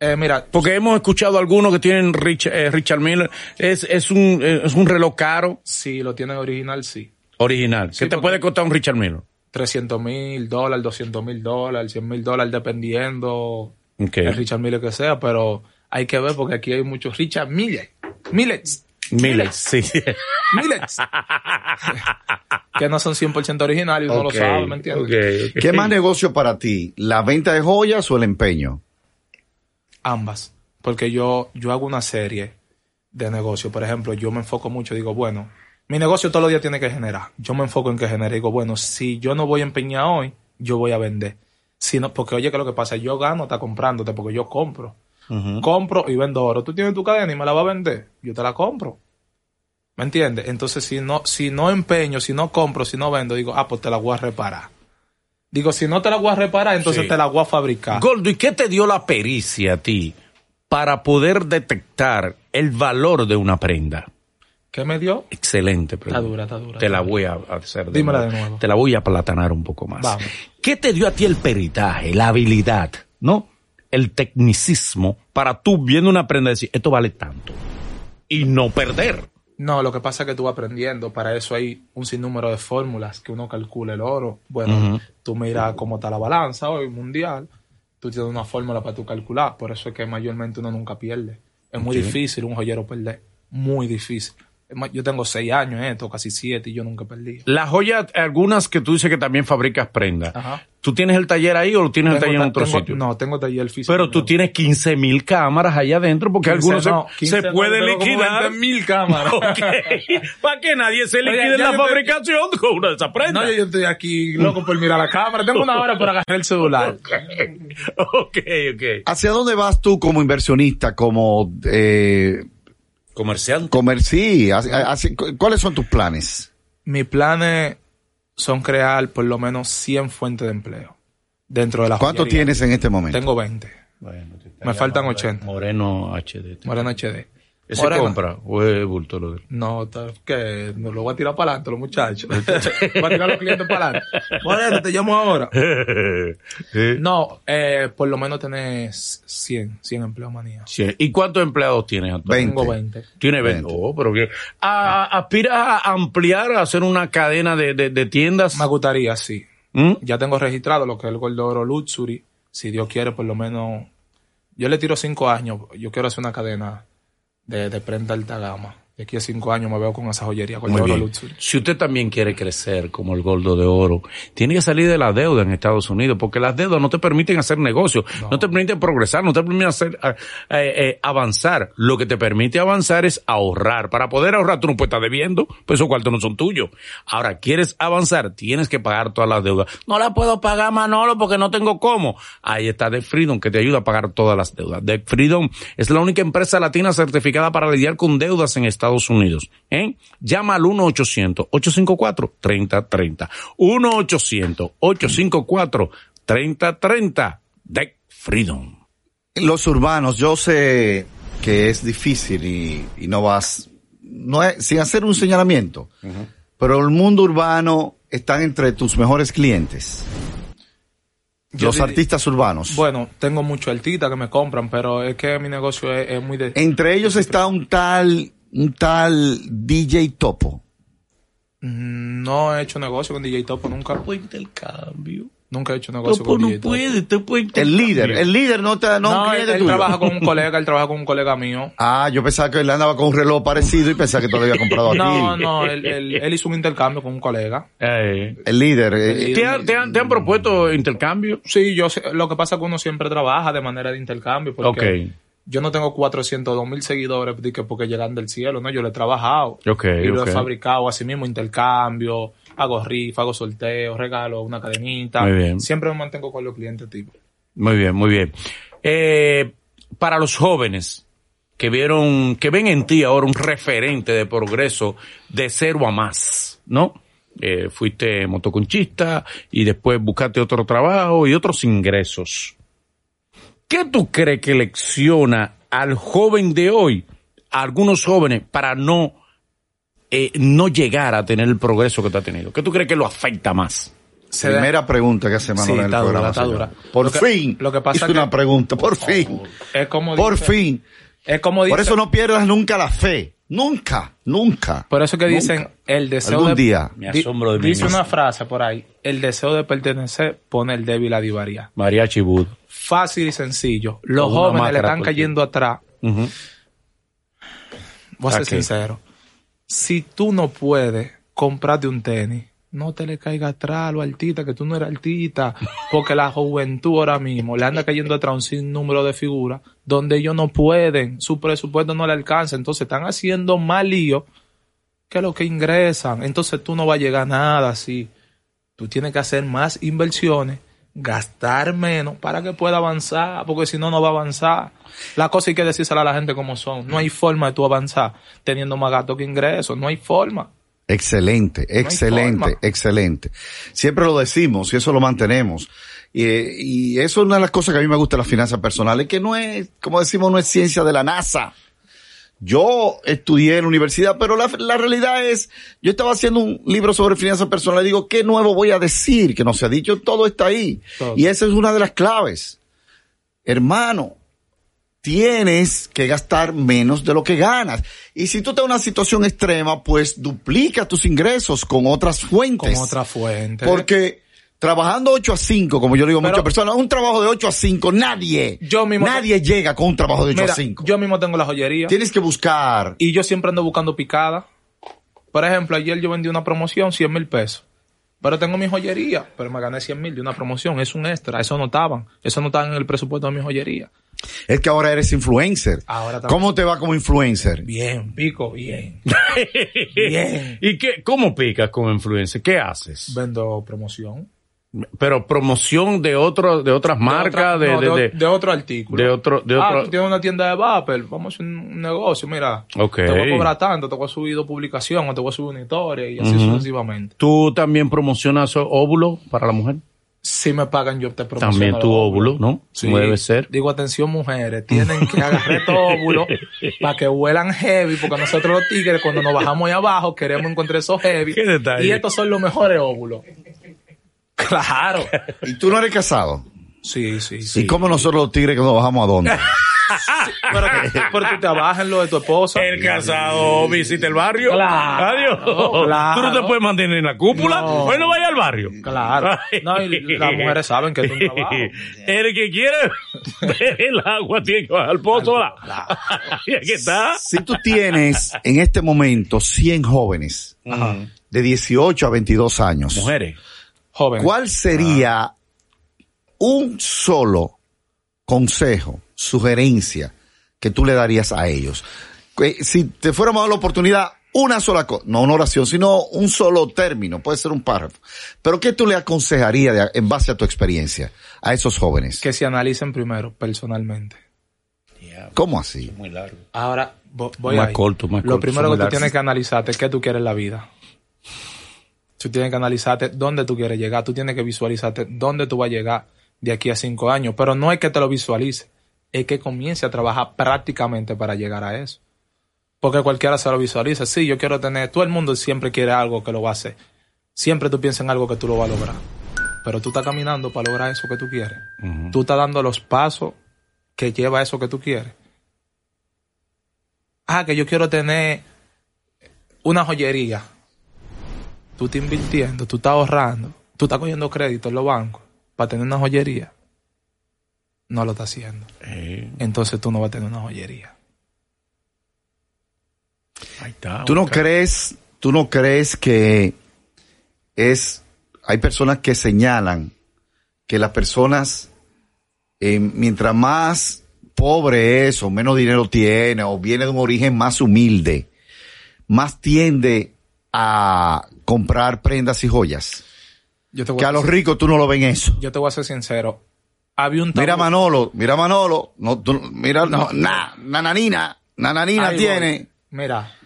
Eh, mira,
Porque hemos escuchado algunos que tienen Rich- eh, Richard Miller. Es, es, un, eh, es un reloj caro
si lo tienes original, sí.
original. ¿Qué
Sí,
te
porque-
puede costar un Richard Miller?
300 mil dólares, 200 mil dólares, 100 mil dólares, dependiendo
Ok.
el Richard Miller que sea, pero hay que ver porque aquí hay muchos Richard Miller. Millets.
Miller, sí.
Millets. que no son 100% originales, uno
Ok,
lo sabe, ¿me entiendes?
ok, ok.
¿Qué más negocio para ti? ¿La venta de joyas o el empeño?
Ambas. Porque yo, yo hago una serie de negocios. Por ejemplo, yo me enfoco mucho, digo, bueno, mi negocio todos los días tiene que generar. Yo me enfoco en que genere. Digo, bueno, si yo no voy a empeñar hoy, yo voy a vender. Si no- porque oye, que lo que pasa, yo gano, está comprándote, porque yo compro. Compro y vendo oro. Tú tienes tu cadena y me la vas a vender. Yo te la compro. ¿Me entiendes? Entonces, si no, si no empeño, si no compro, si no vendo, digo, ah, pues te la voy a reparar. Digo, si no te la voy a reparar, entonces
Sí.
te la voy a fabricar.
Goldo, ¿y qué te dio la pericia a ti para poder detectar el valor de una prenda?
¿Qué me dio?
Excelente pregunta.
Está dura, está dura.
Te la voy a hacer de
Dímela
nuevo.
de nuevo.
Te la voy a platanar un poco más.
Vamos.
¿Qué te dio a ti el peritaje, la habilidad, no? El tecnicismo para tú viendo una prenda decir, esto vale tanto. Y no perder.
No, lo que pasa es que tú vas aprendiendo. Para eso hay un sinnúmero de fórmulas que uno calcula el oro. Bueno, tú miras cómo está la balanza hoy mundial. Tú tienes una fórmula para tú calcular. Por eso es que mayormente uno nunca pierde. Es muy difícil un joyero perder. Muy difícil. Es más, Yo tengo seis años en esto, casi siete, y yo nunca perdí.
Las joyas, algunas que tú dices que también fabricas prendas.
Ajá.
¿Tú tienes el taller ahí o lo tienes el
Tengo
taller en
ta-
otro
tengo-
sitio?
No, tengo taller físico.
Pero tú
mío.
tienes 15 mil cámaras allá adentro porque
15
algunos se-
no,
se,
15 no,
puede
tengo como
liquidar.
20.000 cámaras.
Para que nadie se
Oye,
liquide
ya
la
yo te-
fabricación con una de esas prendas.
No, yo, yo estoy aquí loco por mirar la cámara. Tengo una hora para agarrar el celular.
ok, ok.
¿Hacia dónde vas tú como inversionista, como eh,
Comerciante.
comerci? hacia- hacia- cu- ¿Cuáles son tus planes?
Mis planes son crear por lo menos 100 fuentes de empleo dentro de la
¿Cuánto
joyería.
tienes en este momento?
Ah, Tengo 20. Me faltan 80.
Moreno HD.
Moreno HD.
¿Ese
Moreno.
compra o es bulto lo de él?
No, ta- que no lo voy a tirar para adelante, los muchachos. voy a tirar a los clientes para adelante. Moreno, te llamo ahora. No, eh, por lo menos tenés 100, 100 empleos manía.
Sí. ¿Y cuántos empleados tienes? actualmente?
Tengo 20.
Tiene 20.
Veinte.
Oh, pero que- a- a- ¿Aspiras a ampliar, a hacer una cadena de, de- de tiendas?
Me gustaría, sí.
¿Mm?
Ya tengo registrado lo que es el Gordoro Luxury. Si Dios quiere, por lo menos. Yo le tiro cinco años. Yo quiero hacer una cadena de, de prenda alta gama. De aquí a cinco años me veo con esa joyería,
Muy
Gordoro
bien.
Luxury.
Si usted también quiere crecer como el gordo de oro, tiene que salir de la deuda en Estados Unidos, porque las deudas no te permiten hacer negocio, no, te permiten progresar, no te permiten hacer eh, eh, avanzar. Lo que te permite avanzar es ahorrar. Para poder ahorrar, tú no puedes estar debiendo, pues esos cuartos no son tuyos. Ahora, quieres avanzar, tienes que pagar todas las deudas. No la puedo pagar, Manolo, porque no tengo cómo. Ahí está The Freedom, que te ayuda a pagar todas las deudas. The Freedom es la única empresa latina certificada para lidiar con deudas en Estados Unidos. ¿eh? Llama al 1-800-854-3030. 1-800-854-3030. The Freedom.
Los urbanos, yo sé que es difícil y, y no vas, no es, sin hacer un señalamiento, pero el mundo urbano están entre tus mejores clientes.
Yo
los
diría-
artistas urbanos.
Bueno, tengo muchos artistas que me compran, pero es que mi negocio es, es muy de.
entre ellos está un tal, un tal DJ Topo.
Mm, No he hecho negocio con DJ Topo nunca.
Intercambio.
Nunca he hecho negocio
Pues, Topo
con
no
DJ Topo.
puede, te puede
El líder, el líder no te, no, un
No, él,
cliente
él
tuyo.
trabaja con un colega, él trabaja con un colega mío.
Ah, yo pensaba que él andaba con un reloj parecido y pensaba que te lo había comprado a ti.
No, no, él, él- él hizo un intercambio con un colega.
Eh,
El líder. eh,
¿Te, han- te han- te han propuesto intercambio?
Sí, yo sé- lo que pasa es que uno siempre trabaja de manera de intercambio. Porque
Ok.
Yo no tengo 402 mil seguidores di que porque llegan del cielo, ¿no? Yo lo he trabajado.
Ok,
y lo
ok.
he fabricado así mismo, intercambio, hago rifa, hago sorteos, regalo una cadenita.
Muy bien.
Siempre me mantengo con los clientes, tipo.
Muy bien, muy bien. Eh, para los jóvenes que vieron, que ven en ti ahora un referente de progreso de cero a más, ¿no? Eh, fuiste motoconchista y después buscaste otro trabajo y otros ingresos. ¿Qué tú crees que lecciona
al joven de hoy, a algunos jóvenes, para no, eh, no llegar a tener el progreso que tú has tenido? ¿Qué tú crees que lo afecta más?
Se da-
Primera pregunta que hace Manuel
Sí,
en el
está dura,
programa.
está
señor.
dura.
Por
Lo que-
fin.
lo que pasa
hizo
que-
una pregunta. Por fin.
Es como
por
dice-
fin.
Es como
Por
dice-
eso no pierdas nunca la fe. Nunca, nunca.
Por eso que dicen
Nunca.
el deseo
Algún
de-
día.
Me asombro de mí
Dice
mismo.
una frase por ahí, el deseo de pertenecer pone el débil a divaría.
María Chibud.
Fácil y sencillo. Los
Con una
jóvenes le
máscara
están
todo el
cayendo atrás. Voy a ser
Ok.
sincero. Si tú no puedes comprarte un tenis, no te le caiga atrás a los artistas, que tú no eres artista, porque la juventud ahora mismo le anda cayendo atrás un sinnúmero de figuras donde ellos no pueden, su presupuesto no le alcanza, entonces están haciendo más lío que lo que ingresan. Entonces tú no vas a llegar a nada así. Tú tienes que hacer más inversiones, gastar menos para que pueda avanzar, porque si no, no va a avanzar. La cosa hay que decírsela a la gente como son. No hay forma de tú avanzar teniendo más gasto que ingresos. No hay forma.
Excelente, excelente,
forma.
excelente. Siempre lo decimos y eso lo mantenemos. Y, eh, y eso es una de las cosas que a mí me gusta de las finanzas personales, que no es, como decimos, no es ciencia de la NASA. Yo estudié en la universidad, pero la, la realidad es, yo estaba haciendo un libro sobre finanzas personales, digo, ¿qué nuevo voy a decir que no se ha dicho? Todo está ahí.
Todo.
Y esa es una de las claves. Hermano, tienes que gastar menos de lo que ganas. Y si tú estás en una situación extrema, pues duplica tus ingresos con otras
Con
fuentes.
otra fuente.
Porque trabajando 8 a 5, como yo le digo a
Pero-
muchas personas, un trabajo de 8 a 5, nadie,
Yo mismo-
nadie llega con un trabajo de 8
Mira,
a 5.
yo mismo tengo la joyería.
Tienes que buscar.
y yo siempre ando buscando picada. Por ejemplo, ayer yo vendí una promoción, 100 mil pesos. Pero tengo mi joyería, pero me gané 100 mil de una promoción. Es un extra, eso no estaban. Eso no estaba en el presupuesto de mi joyería.
Es que ahora eres influencer.
Ahora también.
¿Cómo te va como influencer?
Bien, pico, bien.
Bien. ¿Y qué, cómo picas como influencer? ¿Qué haces?
Vendo promoción.
Pero promoción de otro, de otras marcas, de,
otra- no,
de- de-
o- de otro artículo.
de otro- de
Ah,
otro-
tú tienes una tienda de Vapor, vamos a hacer un negocio, mira.
Ok.
Te voy a cobrar tanto, te voy a subir dos publicaciones, o te voy a subir una historia y así sucesivamente.
¿Tú también promocionas óvulo para la mujer?
Si me pagan, yo te promociono.
También
los
tu
óvulos.
óvulo, ¿no?
Sí.
Como debe ser.
Digo, atención mujeres, tienen que agarrar estos óvulos para que huelan heavy, porque nosotros los tigres cuando nos bajamos ahí abajo queremos encontrar esos heavy.
Qué detalle.
Y estos son los mejores óvulos. Claro.
Y tú no eres casado.
Sí, sí, sí.
¿Y cómo nosotros los tigres que nos bajamos a dónde?
Pero, pero tú te bajas en lo de tu esposa.
El casado visita el barrio.
Claro,
Adiós.
claro.
Tú no te puedes mantener en la cúpula.
No.
Hoy no vaya al barrio.
Claro. No, y las mujeres saben que es un trabajo.
El que quiere ver el agua tiene que bajar al pozo. la- Y aquí está.
si tú tienes en este momento 100 jóvenes de 18 a 22 años,
Mujeres.
Joven.
¿cuál sería un solo consejo, sugerencia que tú le darías a ellos? Que Si te fuéramos a dar la oportunidad, una sola cosa, no una oración, sino un solo término, puede ser un párrafo. Pero ¿qué tú le aconsejarías de- en base a tu experiencia a esos jóvenes?
Que se analicen primero, personalmente.
¿Cómo así?
Ahora vo- voy
Más
ahí.
corto, más
Lo
corto,
primero que tú
similar.
tienes que analizarte es qué tú quieres en la vida. Tú tienes que analizarte dónde tú quieres llegar. Tú tienes que visualizarte dónde tú vas a llegar de aquí a cinco años. Pero no es que te lo visualices, es que comience a trabajar prácticamente para llegar a eso. Porque cualquiera se lo visualiza. Sí, yo quiero tener. Todo el mundo siempre quiere algo que lo va a hacer. Siempre tú piensas en algo que tú lo vas a lograr. Pero tú estás caminando para lograr eso que tú quieres. Tú estás dando los pasos que lleva a eso que tú quieres ah, que yo quiero tener una joyería. Tú estás invirtiendo, tú estás ahorrando, tú estás cogiendo crédito en los bancos para tener una joyería. No lo estás haciendo. Entonces tú no vas a tener una joyería.
Ahí está.
¿Tú no crees, tú no crees que es, hay personas que señalan que las personas, eh, mientras más pobre es o menos dinero tiene o viene de un origen más humilde, más tiende a comprar prendas y joyas?
Yo te voy
Que a los ricos tú no lo ven eso.
yo te voy a ser sincero. Había un tabú-
Mira Manolo, mira Manolo, no, tú- mira, no, na, nananina, nananina
Ahí voy.
tiene.
Mira,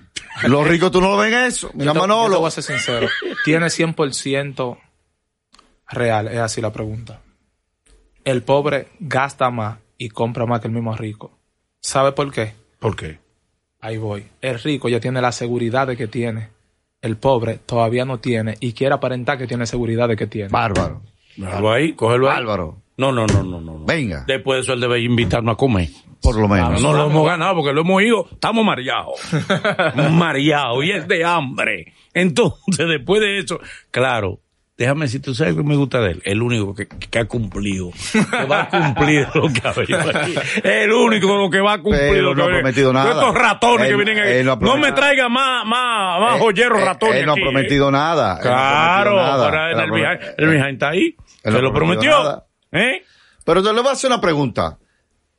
Los ricos tú no lo ven eso.
yo
Mira
te, yo te
Manolo.
voy a ser sincero. Tiene 100% real, es así la pregunta. El pobre gasta más y compra más que el mismo rico. ¿Sabe por qué?
¿Por qué?
Ahí voy. El rico ya tiene la seguridad de que tiene. El pobre todavía no tiene y quiere aparentar que tiene seguridad de que tiene.
Bárbaro.
Déjalo ahí, cógelo ahí.
Bárbaro.
No, no, no, no, no. no.
Venga.
Después de eso él debe invitarnos a comer.
Por lo menos.
No lo hemos ganado porque lo hemos ido. Estamos mareados. mareados. Y es de hambre. Entonces, después de eso, claro. Déjame decir, tú sabes que me gusta de él. El único que, que ha cumplido. Que va a cumplir lo que ha venido aquí. El único que va a cumplir
Pero
lo que
no ha
ha venido.
prometido nada.
Todos estos ratones
Él-
que vienen aquí.
él no ha
No, me
prometido-
traiga más, más, más
Eh,
joyeros
eh,
ratones.
Él no ha
aquí, eh.
prometido nada. Él no ha
Claro,
prometido nada.
ahora en
Él
el
no ha
behind,
promet-
el behind está ahí.
Él
Se
no
lo
prometió
prometió.
nada.
¿Eh?
Pero yo le voy a hacer una pregunta.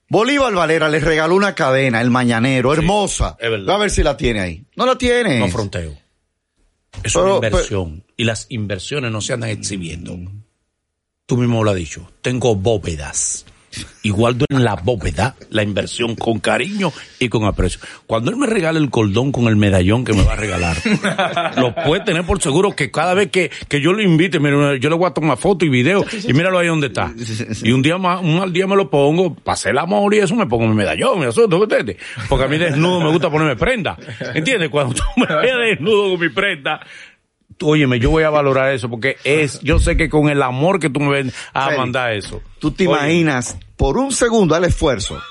Bolívar Valera les regaló una cadena, el mañanero, hermosa.
es verdad.
Va a ver si la tiene ahí. No la tiene.
No fronteo. Es
Pero,
una inversión. y las inversiones no se andan exhibiendo. Tú mismo lo has dicho. Tengo bóvedas. Y guardo en la bóveda la inversión con cariño y con aprecio. Cuando él me regale el cordón con el medallón que me va a regalar, lo puede tener por seguro que cada vez que, que yo lo invite, mira, yo le voy a tomar foto y video y míralo ahí donde está. Y un día más, un mal día me lo pongo, pasé el amor y eso me pongo mi medallón, mi asunto, ¿entiendes? Porque a mí desnudo me gusta ponerme prenda. ¿Entiendes? Cuando tú me veas desnudo con mi prenda, tú, Óyeme, yo voy a valorar eso porque es, yo sé que con el amor que tú me ven a
Félix,
mandar eso.
Tú te
Oye,
imaginas, por un segundo, al esfuerzo,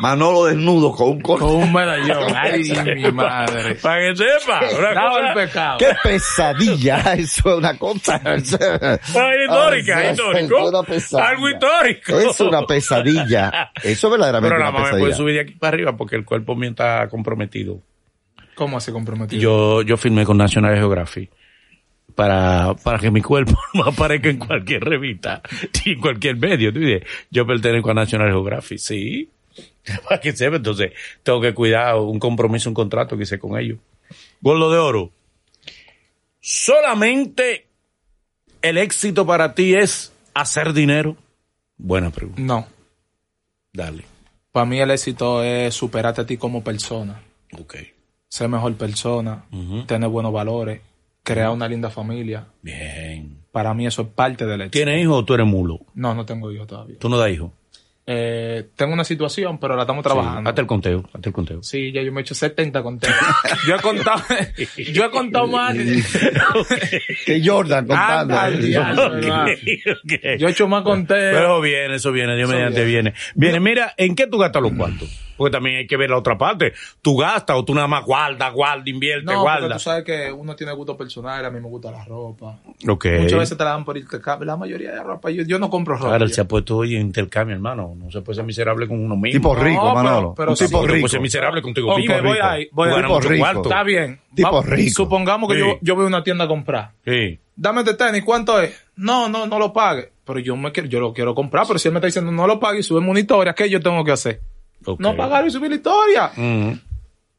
Manolo desnudo con un
Con
cordón.
un medallón. Ay, mi madre.
Para que sepa. una
Dado
cosa-
el pecado.
¡Qué pesadilla! Eso es una cosa. Eso es
Una histórica, histórico.
una pesadilla.
Algo histórico.
Es una pesadilla. Eso es verdaderamente
Pero la
una
mamá me puede
pesadilla.
subir de aquí para arriba porque el cuerpo mío está comprometido.
¿Cómo se comprometió?
Yo, yo firmé con National Geographic para, para que mi cuerpo no aparezca en cualquier revista y en cualquier medio. Tú dices, yo pertenezco a National Geographic, sí. Para que sepa, entonces tengo que cuidar un compromiso, un contrato que hice con ellos. Gordo de oro. Solamente el éxito para ti es hacer dinero. Buena pregunta.
No.
Dale.
Para mí el éxito es superarte a ti como persona.
Ok.
Ser mejor persona. Tener buenos valores. Crear una linda familia.
Bien.
Para mí eso es parte del éxito.
¿Tienes hijos o tú eres mulo?
No, no tengo hijos todavía.
Tú no das hijos.
Eh, tengo una situación, pero la estamos trabajando.
Hazte el conteo, hazte el conteo.
Sí, ya yo me he hecho 70 conteos. Yo he contado, yo he contado más.
Que Jordan contando.
Anda, al diablo, ¿verdad?
Ok.
Yo he hecho más conteos.
Pero viene, eso viene, Dios mediante viene. Viene, mira, ¿en qué tú gastas los cuartos? Porque también hay que ver la otra parte. ¿Tú gastas o tú nada más guardas, guardas, inviertes,
No, porque tú
guardas?
sabes que uno tiene gusto personal, a mí me gusta la ropa.
Ok.
Muchas veces te la dan por intercambio. La mayoría de ropa, yo, yo no compro ropa.
Ahora, él
yo.
se ha puesto hoy en intercambio, hermano. No se puede ser miserable con uno mismo.
Tipo rico,
No, pero-
Manolo.
pero
un
sí,
tipo
pero
No
rico.
puede ser miserable contigo
Ok,
mismo.
voy ahí, voy
Tú
ahí.
ganas mucho
Tipo rico.
cuarto.
Está bien.
Tipo
Vamos-
rico.
Supongamos que
Sí.
yo, yo voy a una tienda a comprar.
Sí.
Dame este tenis, ¿cuánto es? No, no, no lo pague. Pero yo me quiero, yo lo quiero comprar, pero si él me está diciendo no lo pague y sube una historia, ¿qué yo tengo que hacer?
Ok. Mm.
No pagar y subir la historia.
Ujú.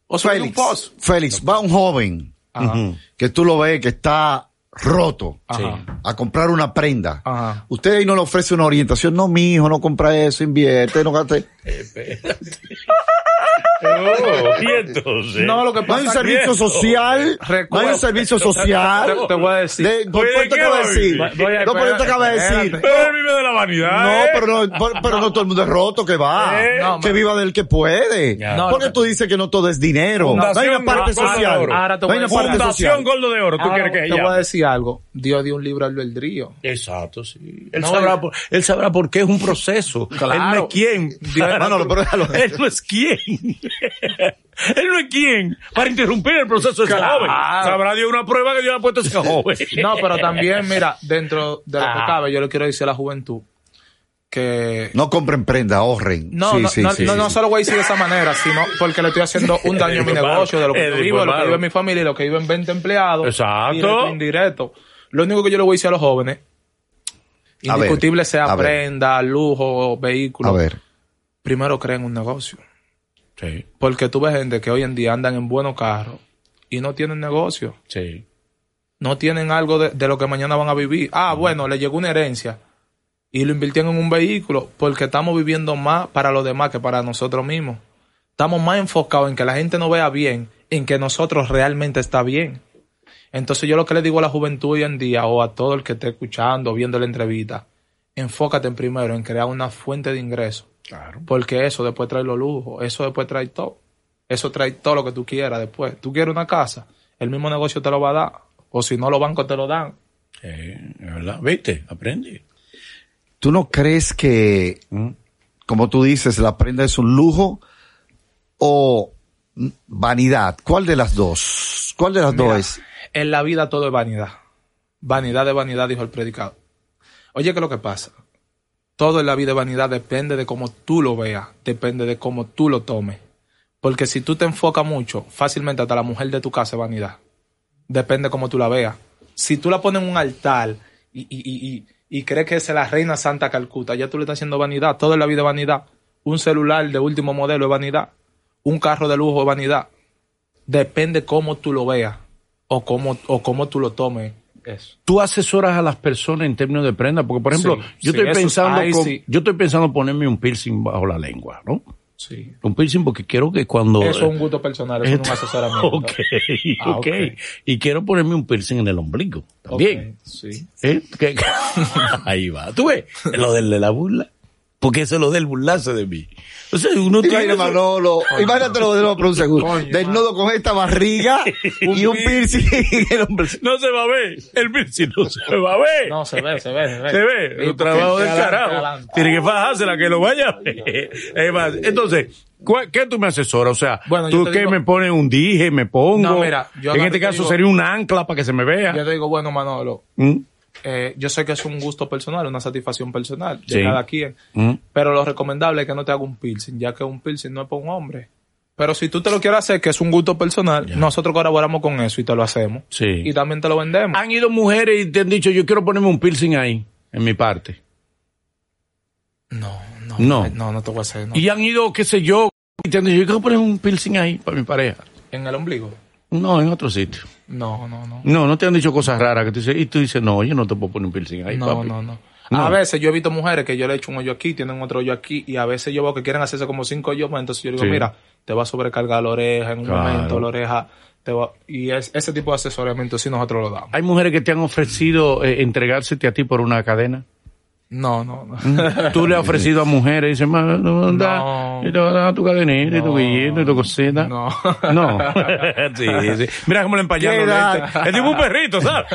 O subir un
Félix,
post.
Félix, va un joven
Ajá.
que tú lo ves que está roto
Ajá.
a comprar una prenda.
Ajá.
Usted ahí no le ofrece una orientación. No, mi hijo, no compra eso, invierte, no gaste.
Oh, y entonces.
No, lo que
No hay un
pasa es
servicio social. No hay
Recuerda-
un servicio social.
Te- te voy a decir.
De- por
Oye, ¿de
por te
qué
acaba de
voy?
decir.
Voy-
voy a-
No, por te acaba de decir.
espérate.
Pero él vive de la vanidad.
No,
¿eh?
pero no, por- pero no todo el mundo es roto que va.
Eh.
No,
que
man.
viva del que puede.
Ya.
No,
Porque
no.
tú dices que no todo es dinero. No, hay
Fundación
una parte
Gordo de
social.
Oro.
Ahora te
No hay una
voy a decir
parte
algo.
Fundación
social.
Gordo de Oro. ¿Tú
Ahora
quieres que
Ah, te voy
ella?
a decir algo. Dios dio un libro al albedrío.
Exacto, sí. Él,
No,
sabrá, por, él sabrá por qué es un proceso. Él no es quien. para-
Manolo, pero déjalo.
él no es quien. él no es quien para interrumpir el proceso de ese
Claro.
joven. Sabrá Dios una prueba que Dios le ha puesto a ese joven.
No, pero también, mira, dentro de lo que
Ah.
cabe, yo le quiero decir a la juventud que
No compren prenda, ahorren.
No,
Sí,
no,
sí,
no,
sí,
no,
sí.
no se lo voy a decir de esa manera, sino porque le estoy haciendo un daño a mi
Educado,
negocio, de lo que yo vivo, de lo que
educado.
vive mi familia y lo que viven 20 empleados.
Exacto.
Directo e indirecto. Lo único que yo le voy a decir a los jóvenes,
A ver,
indiscutible
a
sea
ver.
prenda, lujo,
A
vehículo,
ver.
primero creen un negocio.
Sí,
Porque tú ves gente que hoy en día andan en buenos carros y no tienen negocio.
sí.
No tienen algo de, de lo que mañana van a vivir. Ah, bueno, le llegó una herencia y lo invirtieron en un vehículo porque estamos viviendo más para los demás que para nosotros mismos. Estamos más enfocados en que la gente nos vea bien, en que nosotros realmente está bien. Entonces yo lo que le digo a la juventud hoy en día o a todo el que esté escuchando, viendo la entrevista, enfócate en primero en crear una fuente de ingreso.
Claro.
Porque eso después trae los lujos, eso después trae todo. Eso trae todo lo que tú quieras después. Tú quieres una casa, el mismo negocio te lo va a dar. O si no, los bancos te lo dan.
Eh, es verdad. Viste, aprende.
¿Tú no crees que, como tú dices, la prenda es un lujo o vanidad? ¿Cuál de las dos? ¿Cuál de las dos
Mira,
es?
En la vida todo es vanidad. Vanidad de vanidad, dijo el predicado. Oye, ¿qué es lo que pasa? Todo en la vida es vanidad, depende de cómo tú lo veas, depende de cómo tú lo tomes. Porque si tú te enfocas mucho, fácilmente hasta la mujer de tu casa es vanidad. Depende cómo tú la veas. Si tú la pones en un altar y, y- y- y- y crees que es la reina Santa Calcuta, ya tú le estás haciendo vanidad. Todo en la vida es vanidad. Un celular de último modelo es vanidad. Un carro de lujo es vanidad depende cómo tú lo veas o cómo, o cómo tú lo tomes. Eso.
tú asesoras a las personas en términos de prenda, porque por ejemplo,
Sí,
yo
sí,
estoy
eso es-
pensando,
ahí
con-
sí.
yo estoy pensando ponerme un piercing bajo la lengua, ¿no?
Sí. Eh, este,
Un piercing porque quiero que cuando
Eso es un gusto personal, eso no es un asesoramiento.
Ok,
Ah,
ok.
ok.
Y quiero ponerme un piercing en el ombligo
Ok,
también.
sí.
¿Eh? ¿Qué- qué? Ahí va. ¿Tú ves? Lo del de la burla. Porque eso es lo del burlarse de mí. O sea, uno tiene...
Imagínate Manolo, imagínate lo de los por un segundo.
Coño,
Desnudo con esta barriga y un piercing en el hombre.
No se va a ver. El piercing no se va a ver.
No, se ve, se ve, se ve.
Se ve,
Sí,
un trabajo
porque-
del
adelante,
carajo.
adelante.
Tiene que fajársela que lo vaya a ver. Es más, entonces, ¿cuál- ¿qué tú me asesoras? O sea,
Bueno, yo
¿tú
te
qué
digo-
me pones un dije, me pongo?
No, mira, yo
en
agarro
este
y te
caso
digo-
sería un ancla para que se me
Yo
vea.
te digo, bueno, Manolo,
¿Mm?
eh, yo sé que es un gusto personal, una satisfacción personal de
Sí.
cada quien,
¿Mm?
pero lo recomendable es que no te haga un piercing, ya que un piercing no es para un hombre. Pero si tú te lo quieres hacer, que es un gusto personal, nosotros colaboramos con eso y te lo hacemos.
Sí.
Y también te lo vendemos.
Han ido mujeres y te han dicho, yo quiero ponerme un piercing ahí, en mi parte.
No, no,
No.
no, no te voy a hacer. no.
Y han ido, qué sé yo, y te han dicho, yo quiero ponerme un piercing ahí para mi pareja.
¿En el ombligo?
No, en otro sitio.
No, no, no.
No, no te han dicho cosas raras que tú dices, y tú dices, no, yo no te puedo poner un piercing ahí,
No,
papi.
no, no.
No.
A veces yo he visto mujeres que yo le he hecho un hoyo aquí, tienen otro hoyo aquí, y a veces yo veo que quieren hacerse como cinco hoyos más, entonces yo digo,
Sí.
mira, te va a sobrecargar la oreja en un
Claro.
momento, la oreja te va... Y es, ese tipo de asesoramiento sí nosotros lo damos.
Hay mujeres que te han ofrecido eh, entregársete a ti por una cadena.
No, no, no.
Tú le has ofrecido a mujeres y dices, "Ma, no, da,
No.
y te va a dar tu cadenita y tu
No.
billete y tu cosita.
No.
No. sí, sí. Mira cómo le empañaron
¿Qué
los
edad?
lentes. Es tipo un perrito, ¿sabes?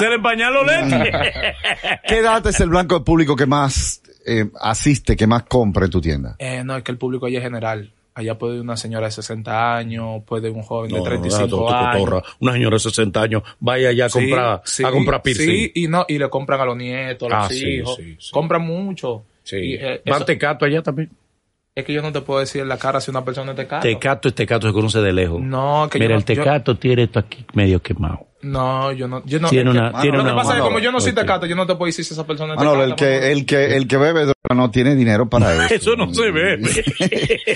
Se le empañan los lentes.
Mm.
¿Qué edad es el blanco de público que más eh, asiste, que más compra en tu tienda?
Eh, no, es que el público allá es general. Allá puede ir una señora de 60 años, puede ir un joven de 35 años.
Una señora de 60 años, vaya allá a
Sí,
comprar,
sí,
a comprar piercing.
Sí, y no, y le compran a los nietos, a los
Ah, sí,
hijos.
sí, sí.
Compran mucho. Y, eh,
Va
eso-
Tecato allá también.
es que yo no te puedo decir en la cara si una persona te cae.
Tecato es Tecato, se conoce de lejos.
No, que
Mira,
yo no-
el Tecato tiene esto aquí medio quemado.
No, yo no. Yo no
Tiene
es que-
una- tiene
lo que
una-
pasa es que como yo no soy
Manolo,
tecato, yo no te puedo decir si esa persona es
Manolo, el
tecata, Manolo.
que, el que, el que bebe droga no tiene dinero para eso.
Eso no se ve.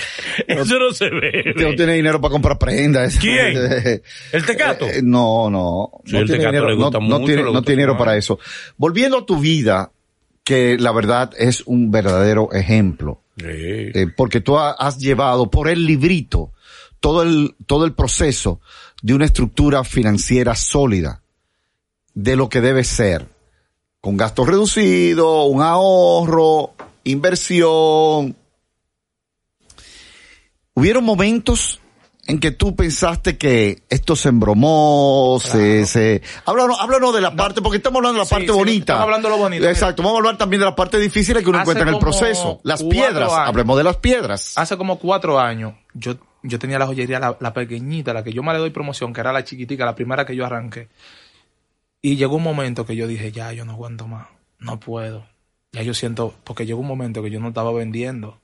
Eso no se ve.
No tiene dinero para comprar prendas.
¿Quién? ¿El Tecato?
Eh, eh, no, no.
Sí,
no
el
tiene
Tecato
dinero,
le gusta
no, no
mucho,
tiene,
le
no
gusta
tiene dinero
fumar.
para eso. Volviendo a tu vida, que la verdad es un verdadero ejemplo.
Sí.
Eh, porque tú ha- has llevado por el librito todo el, todo el proceso de una estructura financiera sólida, de lo que debe ser, con gastos reducidos, un ahorro, inversión. Hubieron momentos en que tú pensaste que esto se embromó, se, se... Háblanos, háblanos de la parte, porque estamos hablando de la
Sí,
parte
sí,
bonita.
estamos hablando de lo bonito.
Exacto, vamos a hablar también de la parte difícil que uno
Hace
encuentra en el
como
proceso. Las
cuatro
piedras,
años.
hablemos de las piedras.
Hace como cuatro años, yo, yo tenía la joyería, la, la pequeñita, la que yo más le doy promoción, que era la chiquitica, la primera que yo arranqué. Y llegó un momento que yo dije, ya, yo no aguanto más, no puedo. Ya yo siento, porque llegó un momento que yo no estaba vendiendo.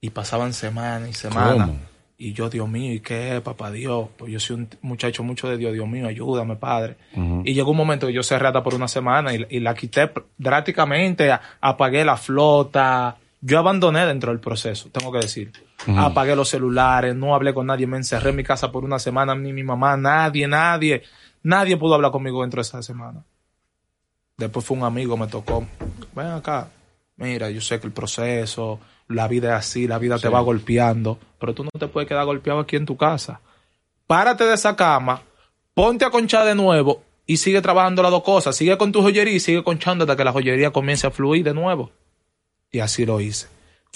Y pasaban semanas y semanas.
¿Cómo?
Y yo, Dios mío, ¿y qué, papá Dios? Pues yo soy un t- muchacho mucho de Dios, Dios mío, ayúdame, padre. Y llegó un momento que yo cerré hasta por una semana y, y la quité pr- drásticamente, a- apagué la flota. Yo abandoné dentro del proceso, tengo que decir. Apagué los celulares, no hablé con nadie, me encerré en mi casa por una semana, ni mi mamá, nadie, nadie. Nadie pudo hablar conmigo dentro de esa semana. Después fue un amigo, me tocó, ven acá, mira, yo sé que el proceso, la vida es así, la vida te va golpeando, pero tú no te puedes quedar golpeado aquí en tu casa. Párate de esa cama, ponte a conchar de nuevo y sigue trabajando las dos cosas. Sigue con tu joyería y sigue conchando hasta que la joyería comience a fluir de nuevo. Y así lo hice.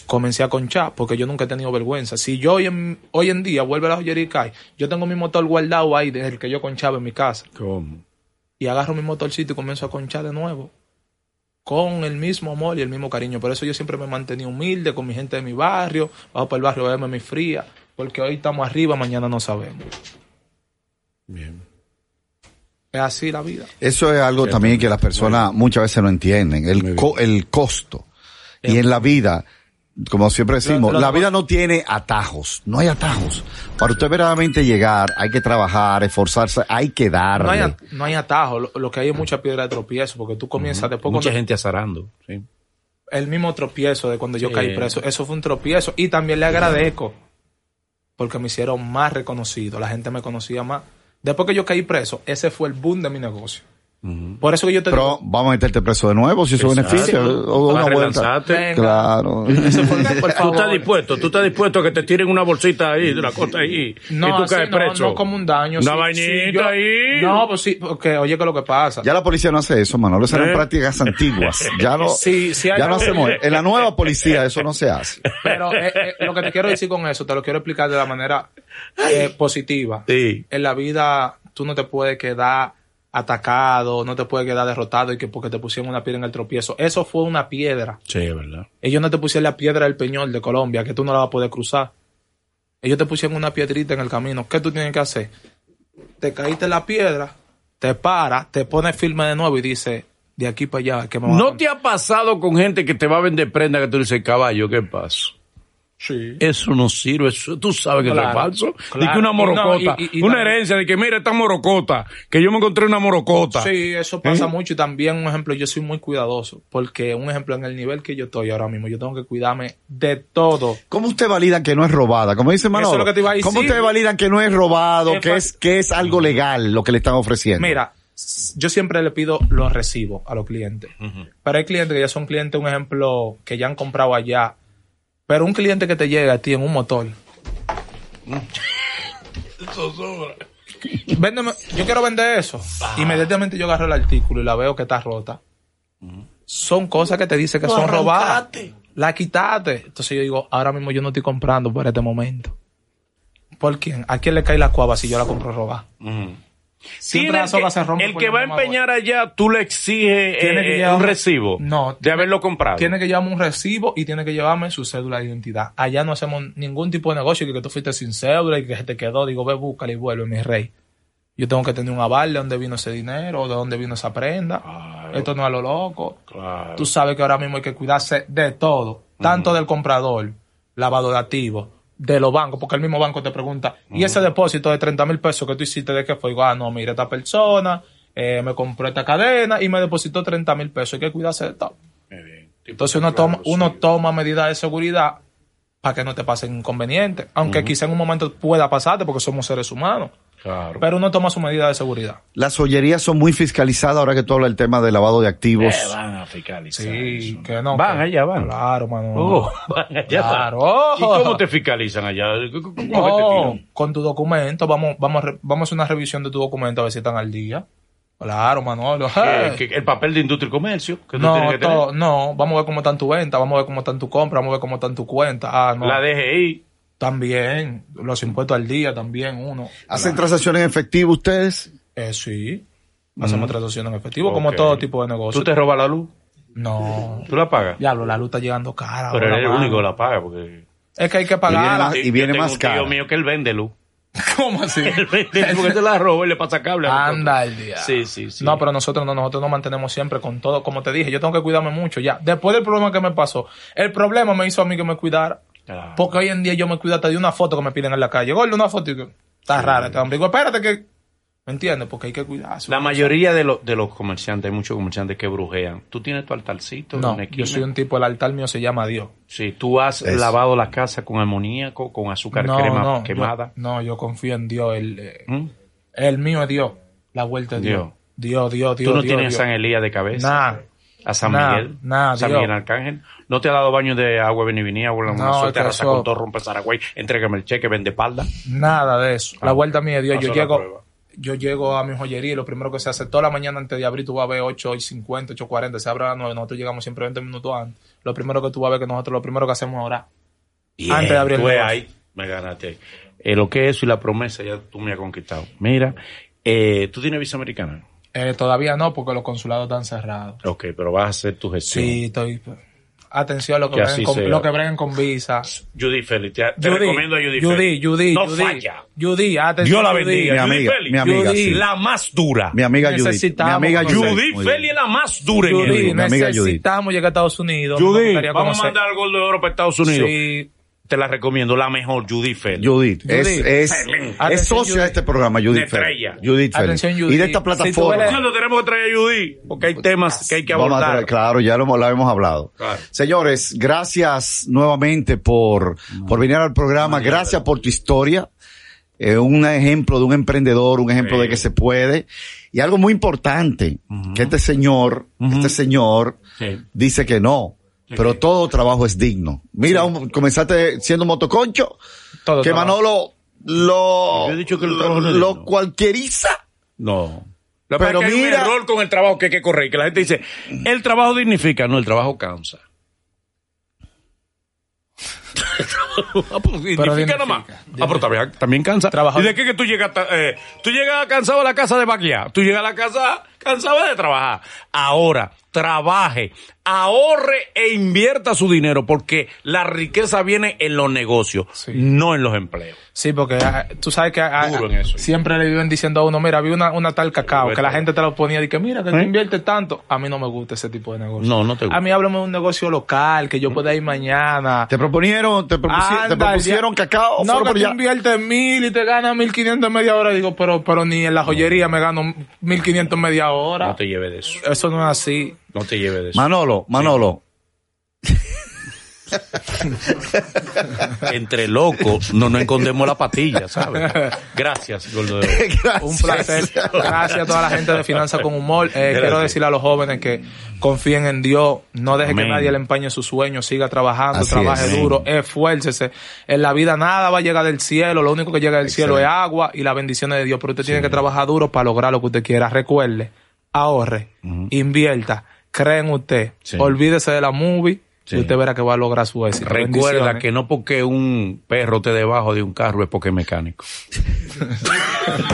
Comencé a conchar porque yo nunca he tenido vergüenza. Si yo hoy en, hoy en día vuelvo a la joyería y cae, yo tengo mi motor guardado ahí desde el que yo conchaba en mi casa.
¿Cómo?
Y agarro mi motorcito y comienzo a conchar de nuevo. Con el mismo amor y el mismo cariño. Por eso yo siempre me he mantenido humilde con mi gente de mi barrio. Bajo para el barrio a verme mi fría. Porque hoy estamos arriba, mañana no sabemos.
Bien.
Es así la vida.
Eso es algo también que las personas muchas veces no entienden, el, co- el costo. Y en la vida, como siempre decimos,
Eh, Lo- lo-
la vida no tiene atajos, no hay atajos. Para usted verdaderamente llegar, hay que trabajar, esforzarse, hay que darle.
No hay, at- no hay atajo, lo, lo que hay es mucha piedra de tropiezo, porque tú comienzas después
Mucha
cuando-
gente azarando. sí.
el mismo tropiezo de cuando yo
Sí.
caí preso, eso fue un tropiezo y también le agradezco porque me hicieron más reconocido, la gente me conocía más. Después que yo caí preso, ese fue el boom de mi negocio. Por eso que yo te
Pero vamos a meterte preso de nuevo si eso
Exacto.
beneficia. O una
Para
vuelta.
relanzarte.
Venga.
Claro.
digo, por
Tú estás
favor.
dispuesto, tú estás dispuesto a que te tiren una bolsita ahí, de la cosa ahí,
No,
y tú
así
caes
no,
preso.
no como un daño.
Una
sí,
vainita
sí, yo-
ahí.
No, pues sí, porque oye que lo que pasa.
Ya la policía no hace eso, Manolo. Esas eran
¿Eh?
prácticas antiguas. Ya no,
Sí, sí hay
ya no
algo-
hacemos. En la nueva policía eso no se hace.
Pero eh, eh, lo que te quiero decir con eso, te lo quiero explicar de la manera eh, positiva.
Sí.
En la vida tú no te puedes quedar atacado, no te puedes quedar derrotado y que porque te pusieron una piedra en el tropiezo. Eso fue una piedra.
Sí, es verdad.
Ellos no te pusieron la piedra del Peñol de Colombia, que tú no la vas a poder cruzar. Ellos te pusieron una piedrita en el camino. ¿Qué tú tienes que hacer? Te caíste en la piedra, te paras, te pones firme de nuevo y dices, de aquí para allá, que me va a
¿No
contar?".
te ha pasado con gente que te va a vender prenda que tú dices, caballo, qué pasa?
Sí.
Eso no sirve, eso, tú sabes que
Claro,
eso es falso.
claro.
De que una morocota,
No, y- y- y
una
también-
herencia de que mira esta morocota, que yo me encontré una morocota.
Sí, eso pasa mucho y también un ejemplo, yo soy muy cuidadoso, porque un ejemplo en el nivel que yo estoy ahora mismo, yo tengo que cuidarme de todo.
¿Cómo usted valida que no es robada? Como dice Manolo.
es lo que te iba a decir.
¿Cómo usted valida que no es robado,
Es
que
fa-
es que es algo legal lo que le están ofreciendo?
Mira, s- yo siempre le pido los recibos a los clientes. Pero hay clientes que ya son clientes, un ejemplo, que ya han comprado allá. Pero un cliente que te llega a ti en un motor. Véndeme- yo quiero vender eso. Inmediatamente yo agarro el artículo y la veo que está rota. Son cosas que te dicen que son robadas. La quitaste. Entonces yo digo, ahora mismo yo no estoy comprando por este momento. ¿Por quién? ¿A quién le cae la cuava si yo la compro robada? Siempre
Tiene
la soga
que-
se rompe pues,
el
por
que
la
va a
misma bola.
empeñar allá, tú le exiges
Tiene
eh,
que
eh,
llevar
un
una-
recibo
No,
de haberlo comprado.
Tiene que llevarme un recibo y tiene que llevarme su cédula de identidad. Allá no hacemos ningún tipo de negocio que, que tú fuiste sin cédula y que se te quedó. Digo, ve, búscala y vuelve, mi rey. Yo tengo que tener un aval de dónde vino ese dinero, de dónde vino esa prenda. Esto no es a lo loco.
Claro.
Tú sabes que ahora mismo hay que cuidarse de todo, tanto del comprador, lavado de activos, de los bancos, porque el mismo banco te pregunta, ¿y ese depósito de 30 mil pesos que tú hiciste de qué fue? Digo, ah, no, mira, esta persona eh, me compró esta cadena y me depositó 30 mil pesos. Hay que cuidarse de todo. Entonces uno toma, uno toma medidas de seguridad para que no te pasen inconvenientes, aunque quizá en un momento pueda pasarte porque somos seres humanos,
Claro.
pero uno toma su medida de seguridad.
Las joyerías son muy fiscalizadas ahora que tú hablas del tema de lavado de activos.
van a fiscalizar.
Sí, que no.
Van
que-
allá, van.
Claro, mano.
Oh, van allá.
Claro.
¿Y cómo te este fiscalizan allá? ¿Cómo que te
Oh,
tiran?
con tu documento, vamos, vamos, a re- vamos a hacer una revisión de tu documento a ver si están al día. Claro, Manolo.
Eh,
Hey.
que- el papel de industria y comercio que tú tienes
no,
que tener.
todo- no, vamos a ver cómo están tu venta, vamos a ver cómo están tu compra, vamos a ver cómo están tu cuenta. Ah, no.
la DGI
También, los impuestos al día, también uno. Ah,
¿Hacen transacciones en efectivo ustedes?
Eh, sí, hacemos transacciones en efectivo, como
Mm. Ok.
todo tipo de
tú
negocio.
te robas la luz
No,
tú la pagas
diablo, la luz está llegando cara.
pero
ahora,
eres el
mano.
único que la paga porque
Es que hay que
más-
pagar.
Y viene
Yo tengo
más
un tío
cara.
mío que él vende luz
¿Cómo así?
él vende luz porque se la roba y le pasa cable a nosotros.
Anda el día.
sí sí sí
No, pero nosotros no, nosotros nos mantenemos siempre con todo. Como te dije, yo tengo que cuidarme mucho ya. Después del problema que me pasó, el problema me hizo a mí que me cuidara.
Claro.
Porque hoy en día yo me cuido hasta de una foto que me piden en la calle. Gordo, una foto y que está rara. Te digo, espérate que. ¿Me entiendes? Porque hay que cuidarse.
la mayoría de los de los comerciantes hay muchos comerciantes que brujean tú tienes tu altarcito en
No,
una
yo
esquina.
soy un tipo, el altar mío se llama Dios.
sí tú has
Eso.
lavado la casa con amoníaco con azúcar
No,
crema
no,
quemada
Yo, no, yo confío en Dios. El, eh,
¿Mm?
el mío es Dios. La vuelta es Dios. Dios,
Dios.
Dios, Dios.
tú no
Dios,
tienes
Dios.
a San Elías de cabeza
Nah.
a San
Nah,
Miguel,
nah,
San
Dios.
Miguel Arcángel. No te ha dado baño de agua, venivinía, agua,
No,
no,
es que
terraza
eso-
con todo, rompe Saragüey, entrégame el cheque, vende espalda.
Nada de eso. La vuelta mía es Dios.
Ah, pasó
Yo
la
llego,
prueba.
yo llego a mi joyería y lo primero que se hace toda la mañana antes de abrir, tú vas a ver 8, 50, 8, 40, se abre a las 9, nosotros llegamos siempre 20 minutos antes. Lo primero que tú vas a ver que nosotros lo primero que hacemos es orar.
Bien,
Antes de abrir el
tú ves
negocio.
ahí, me ganaste ahí. Eh, lo que es eso y la promesa ya tú me has conquistado. Mira, eh, tú tienes visa americana.
Eh, todavía no, porque los consulados están cerrados.
Ok, pero vas a hacer tu gestión.
Sí, estoy. pues, Atención a lo que,
Que
breguen
así
con,
sea.
lo que breguen con visa.
Judy Félix, te, te recomiendo a Judy,
Judy,
Félix.
Judy,
no
Judy.
falla.
Judy, atención.
Dios la
Judy.
bendiga.
Mi
Judy
amiga,
Félix.
mi amiga,
Judy,
sí.
la más dura.
Mi amiga Judith. Mi
Necesitamos
amiga
conocer.
Judith.
Judy
Muy bien.
Félix es la más dura en
Judy,
esto.
Mi amiga Judy.
necesitamos llegar a Estados Unidos.
Judy,
Me gustaría
vamos a
conocer.
mandar al gol de oro para Estados Unidos.
Sí.
Te la recomiendo, la mejor, Judy Félix.
Judith, es,
Judith.
es,
Atención,
es socio
Judith.
de este programa, Judith
De
Félix.
estrella.
Judith Félix.
Atención, Judith.
Y de esta plataforma.
Si tú eres-
Nosotros tenemos que traer a Judy, porque hay temas que hay que
Vamos a
abordar.
traer- claro, ya lo, lo hemos hablado.
Claro.
Señores, gracias nuevamente por, por venir al programa. Gracias por tu historia. Eh, un ejemplo de un emprendedor, un ejemplo de que se puede. Y algo muy importante, que este señor, este señor
Sí.
dice que no. Pero todo trabajo es digno. Mira, un- comenzaste siendo motoconcho,
Todo
que
trabajo.
Manolo lo,
Yo he dicho que el
lo,
trabajo no es
lo
digno.
cualquieriza.
No. Lo que
Pero
pasa es que hay
mira-
un error con el trabajo que hay que correr, que la gente dice, el trabajo dignifica, no, el trabajo cansa. Ah, pues, dignifica
dignifica,
nada más. Ah, pero también, también cansa.
Trabajar-
¿Y de qué que tú llegas, ta- eh, tú llegas cansado a la casa de vaquear? Tú llegas a la casa cansado de trabajar. Ahora, trabaje, ahorre e invierta su dinero porque la riqueza viene en los negocios,
Sí.
no en los empleos.
Sí, porque ah, tú sabes que ah,
Duro en eso. Pues,
siempre le viven diciendo a uno, mira, había una, una tal cacao, que la gente te lo ponía y que mira, que tú
¿Eh?
inviertes tanto. A mí no me gusta ese tipo de negocio.
No, no te gusta.
A mí háblame de un negocio local, que yo pueda ir mañana.
Te propunieron, te, propusi- te
Anda,
propusieron
ya.
cacao.
No,
fueron
que
por
tú
allá.
inviertes mil y te ganas mil quinientos en media hora. Digo, pero, pero ni en la joyería me gano mil quinientos en media
No
hora.
te lleves de eso.
Eso no es así.
No te lleves de eso.
Manolo, Manolo.
entre locos no nos escondemos la patilla, ¿sabes? Gracias, Gordo de Oro.
Gracias.
Un placer. Gracias a toda la gente de Finanza con Humor. Eh,
Gracias.
quiero decirle a los jóvenes que confíen en Dios. No deje
Amén.
que nadie le empañe sus sueños. Siga trabajando,
Así
trabaje
es.
duro, esfuércese. En la vida nada va a llegar del cielo. Lo único que llega del cielo es agua y las bendiciones de Dios. Pero usted tiene que trabajar duro para lograr lo que usted quiera. Recuerde, ahorre, invierta, cree en usted.
Sí.
Olvídese de la movie
Sí.
y usted verá que va a lograr su éxito.
Recuerda
Bendiciones.
que no porque un perro te debajo de un carro es porque es mecánico.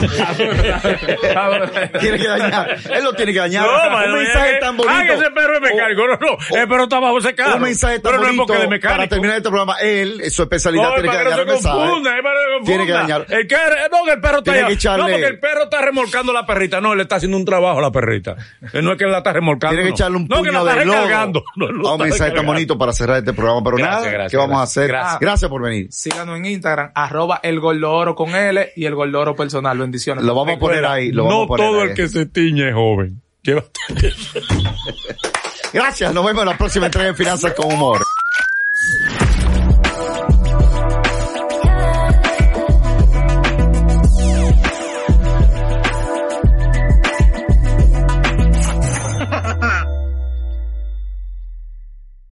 tiene que dañar. Él lo tiene que dañar. un mensaje tan bonito.
Ay, Ah, ese perro es mecánico. No, no, el perro está bajo ese carro.
Un mensaje tan
Pero no es
bonito
porque de
para
mecánico.
terminar este programa. Él, su especialidad,
No,
tiene que
para que no
dañar
se
el mensaje.
confunda, eh, para que no se confunda.
Tiene que dañar.
El que- eh, no, que el perro está
Tiene
allá.
que echarle-
No, porque el perro está remolcando la perrita. No, él está haciendo un trabajo a la perrita. Él no es que la está remolcando.
Tiene que
no.
echarle un
no, que la
puño
está
de lodo
recargando. No, él lo
a un
está
mensaje tan
recargando.
bonito para cerrar este programa. Pero
Gracias,
nada,
gracias,
¿qué vamos
gracias.
a hacer?
Gracias.
por venir.
Síganos en Instagram, arroba el gordoro con L y el gordoro personal. Bendiciones.
Lo vamos a poner ahí. Lo vamos
no
a poner
todo
ahí.
el que se tiñe es joven. Llévate.
Gracias, nos vemos en la próxima entrega en Finanzas con Humor.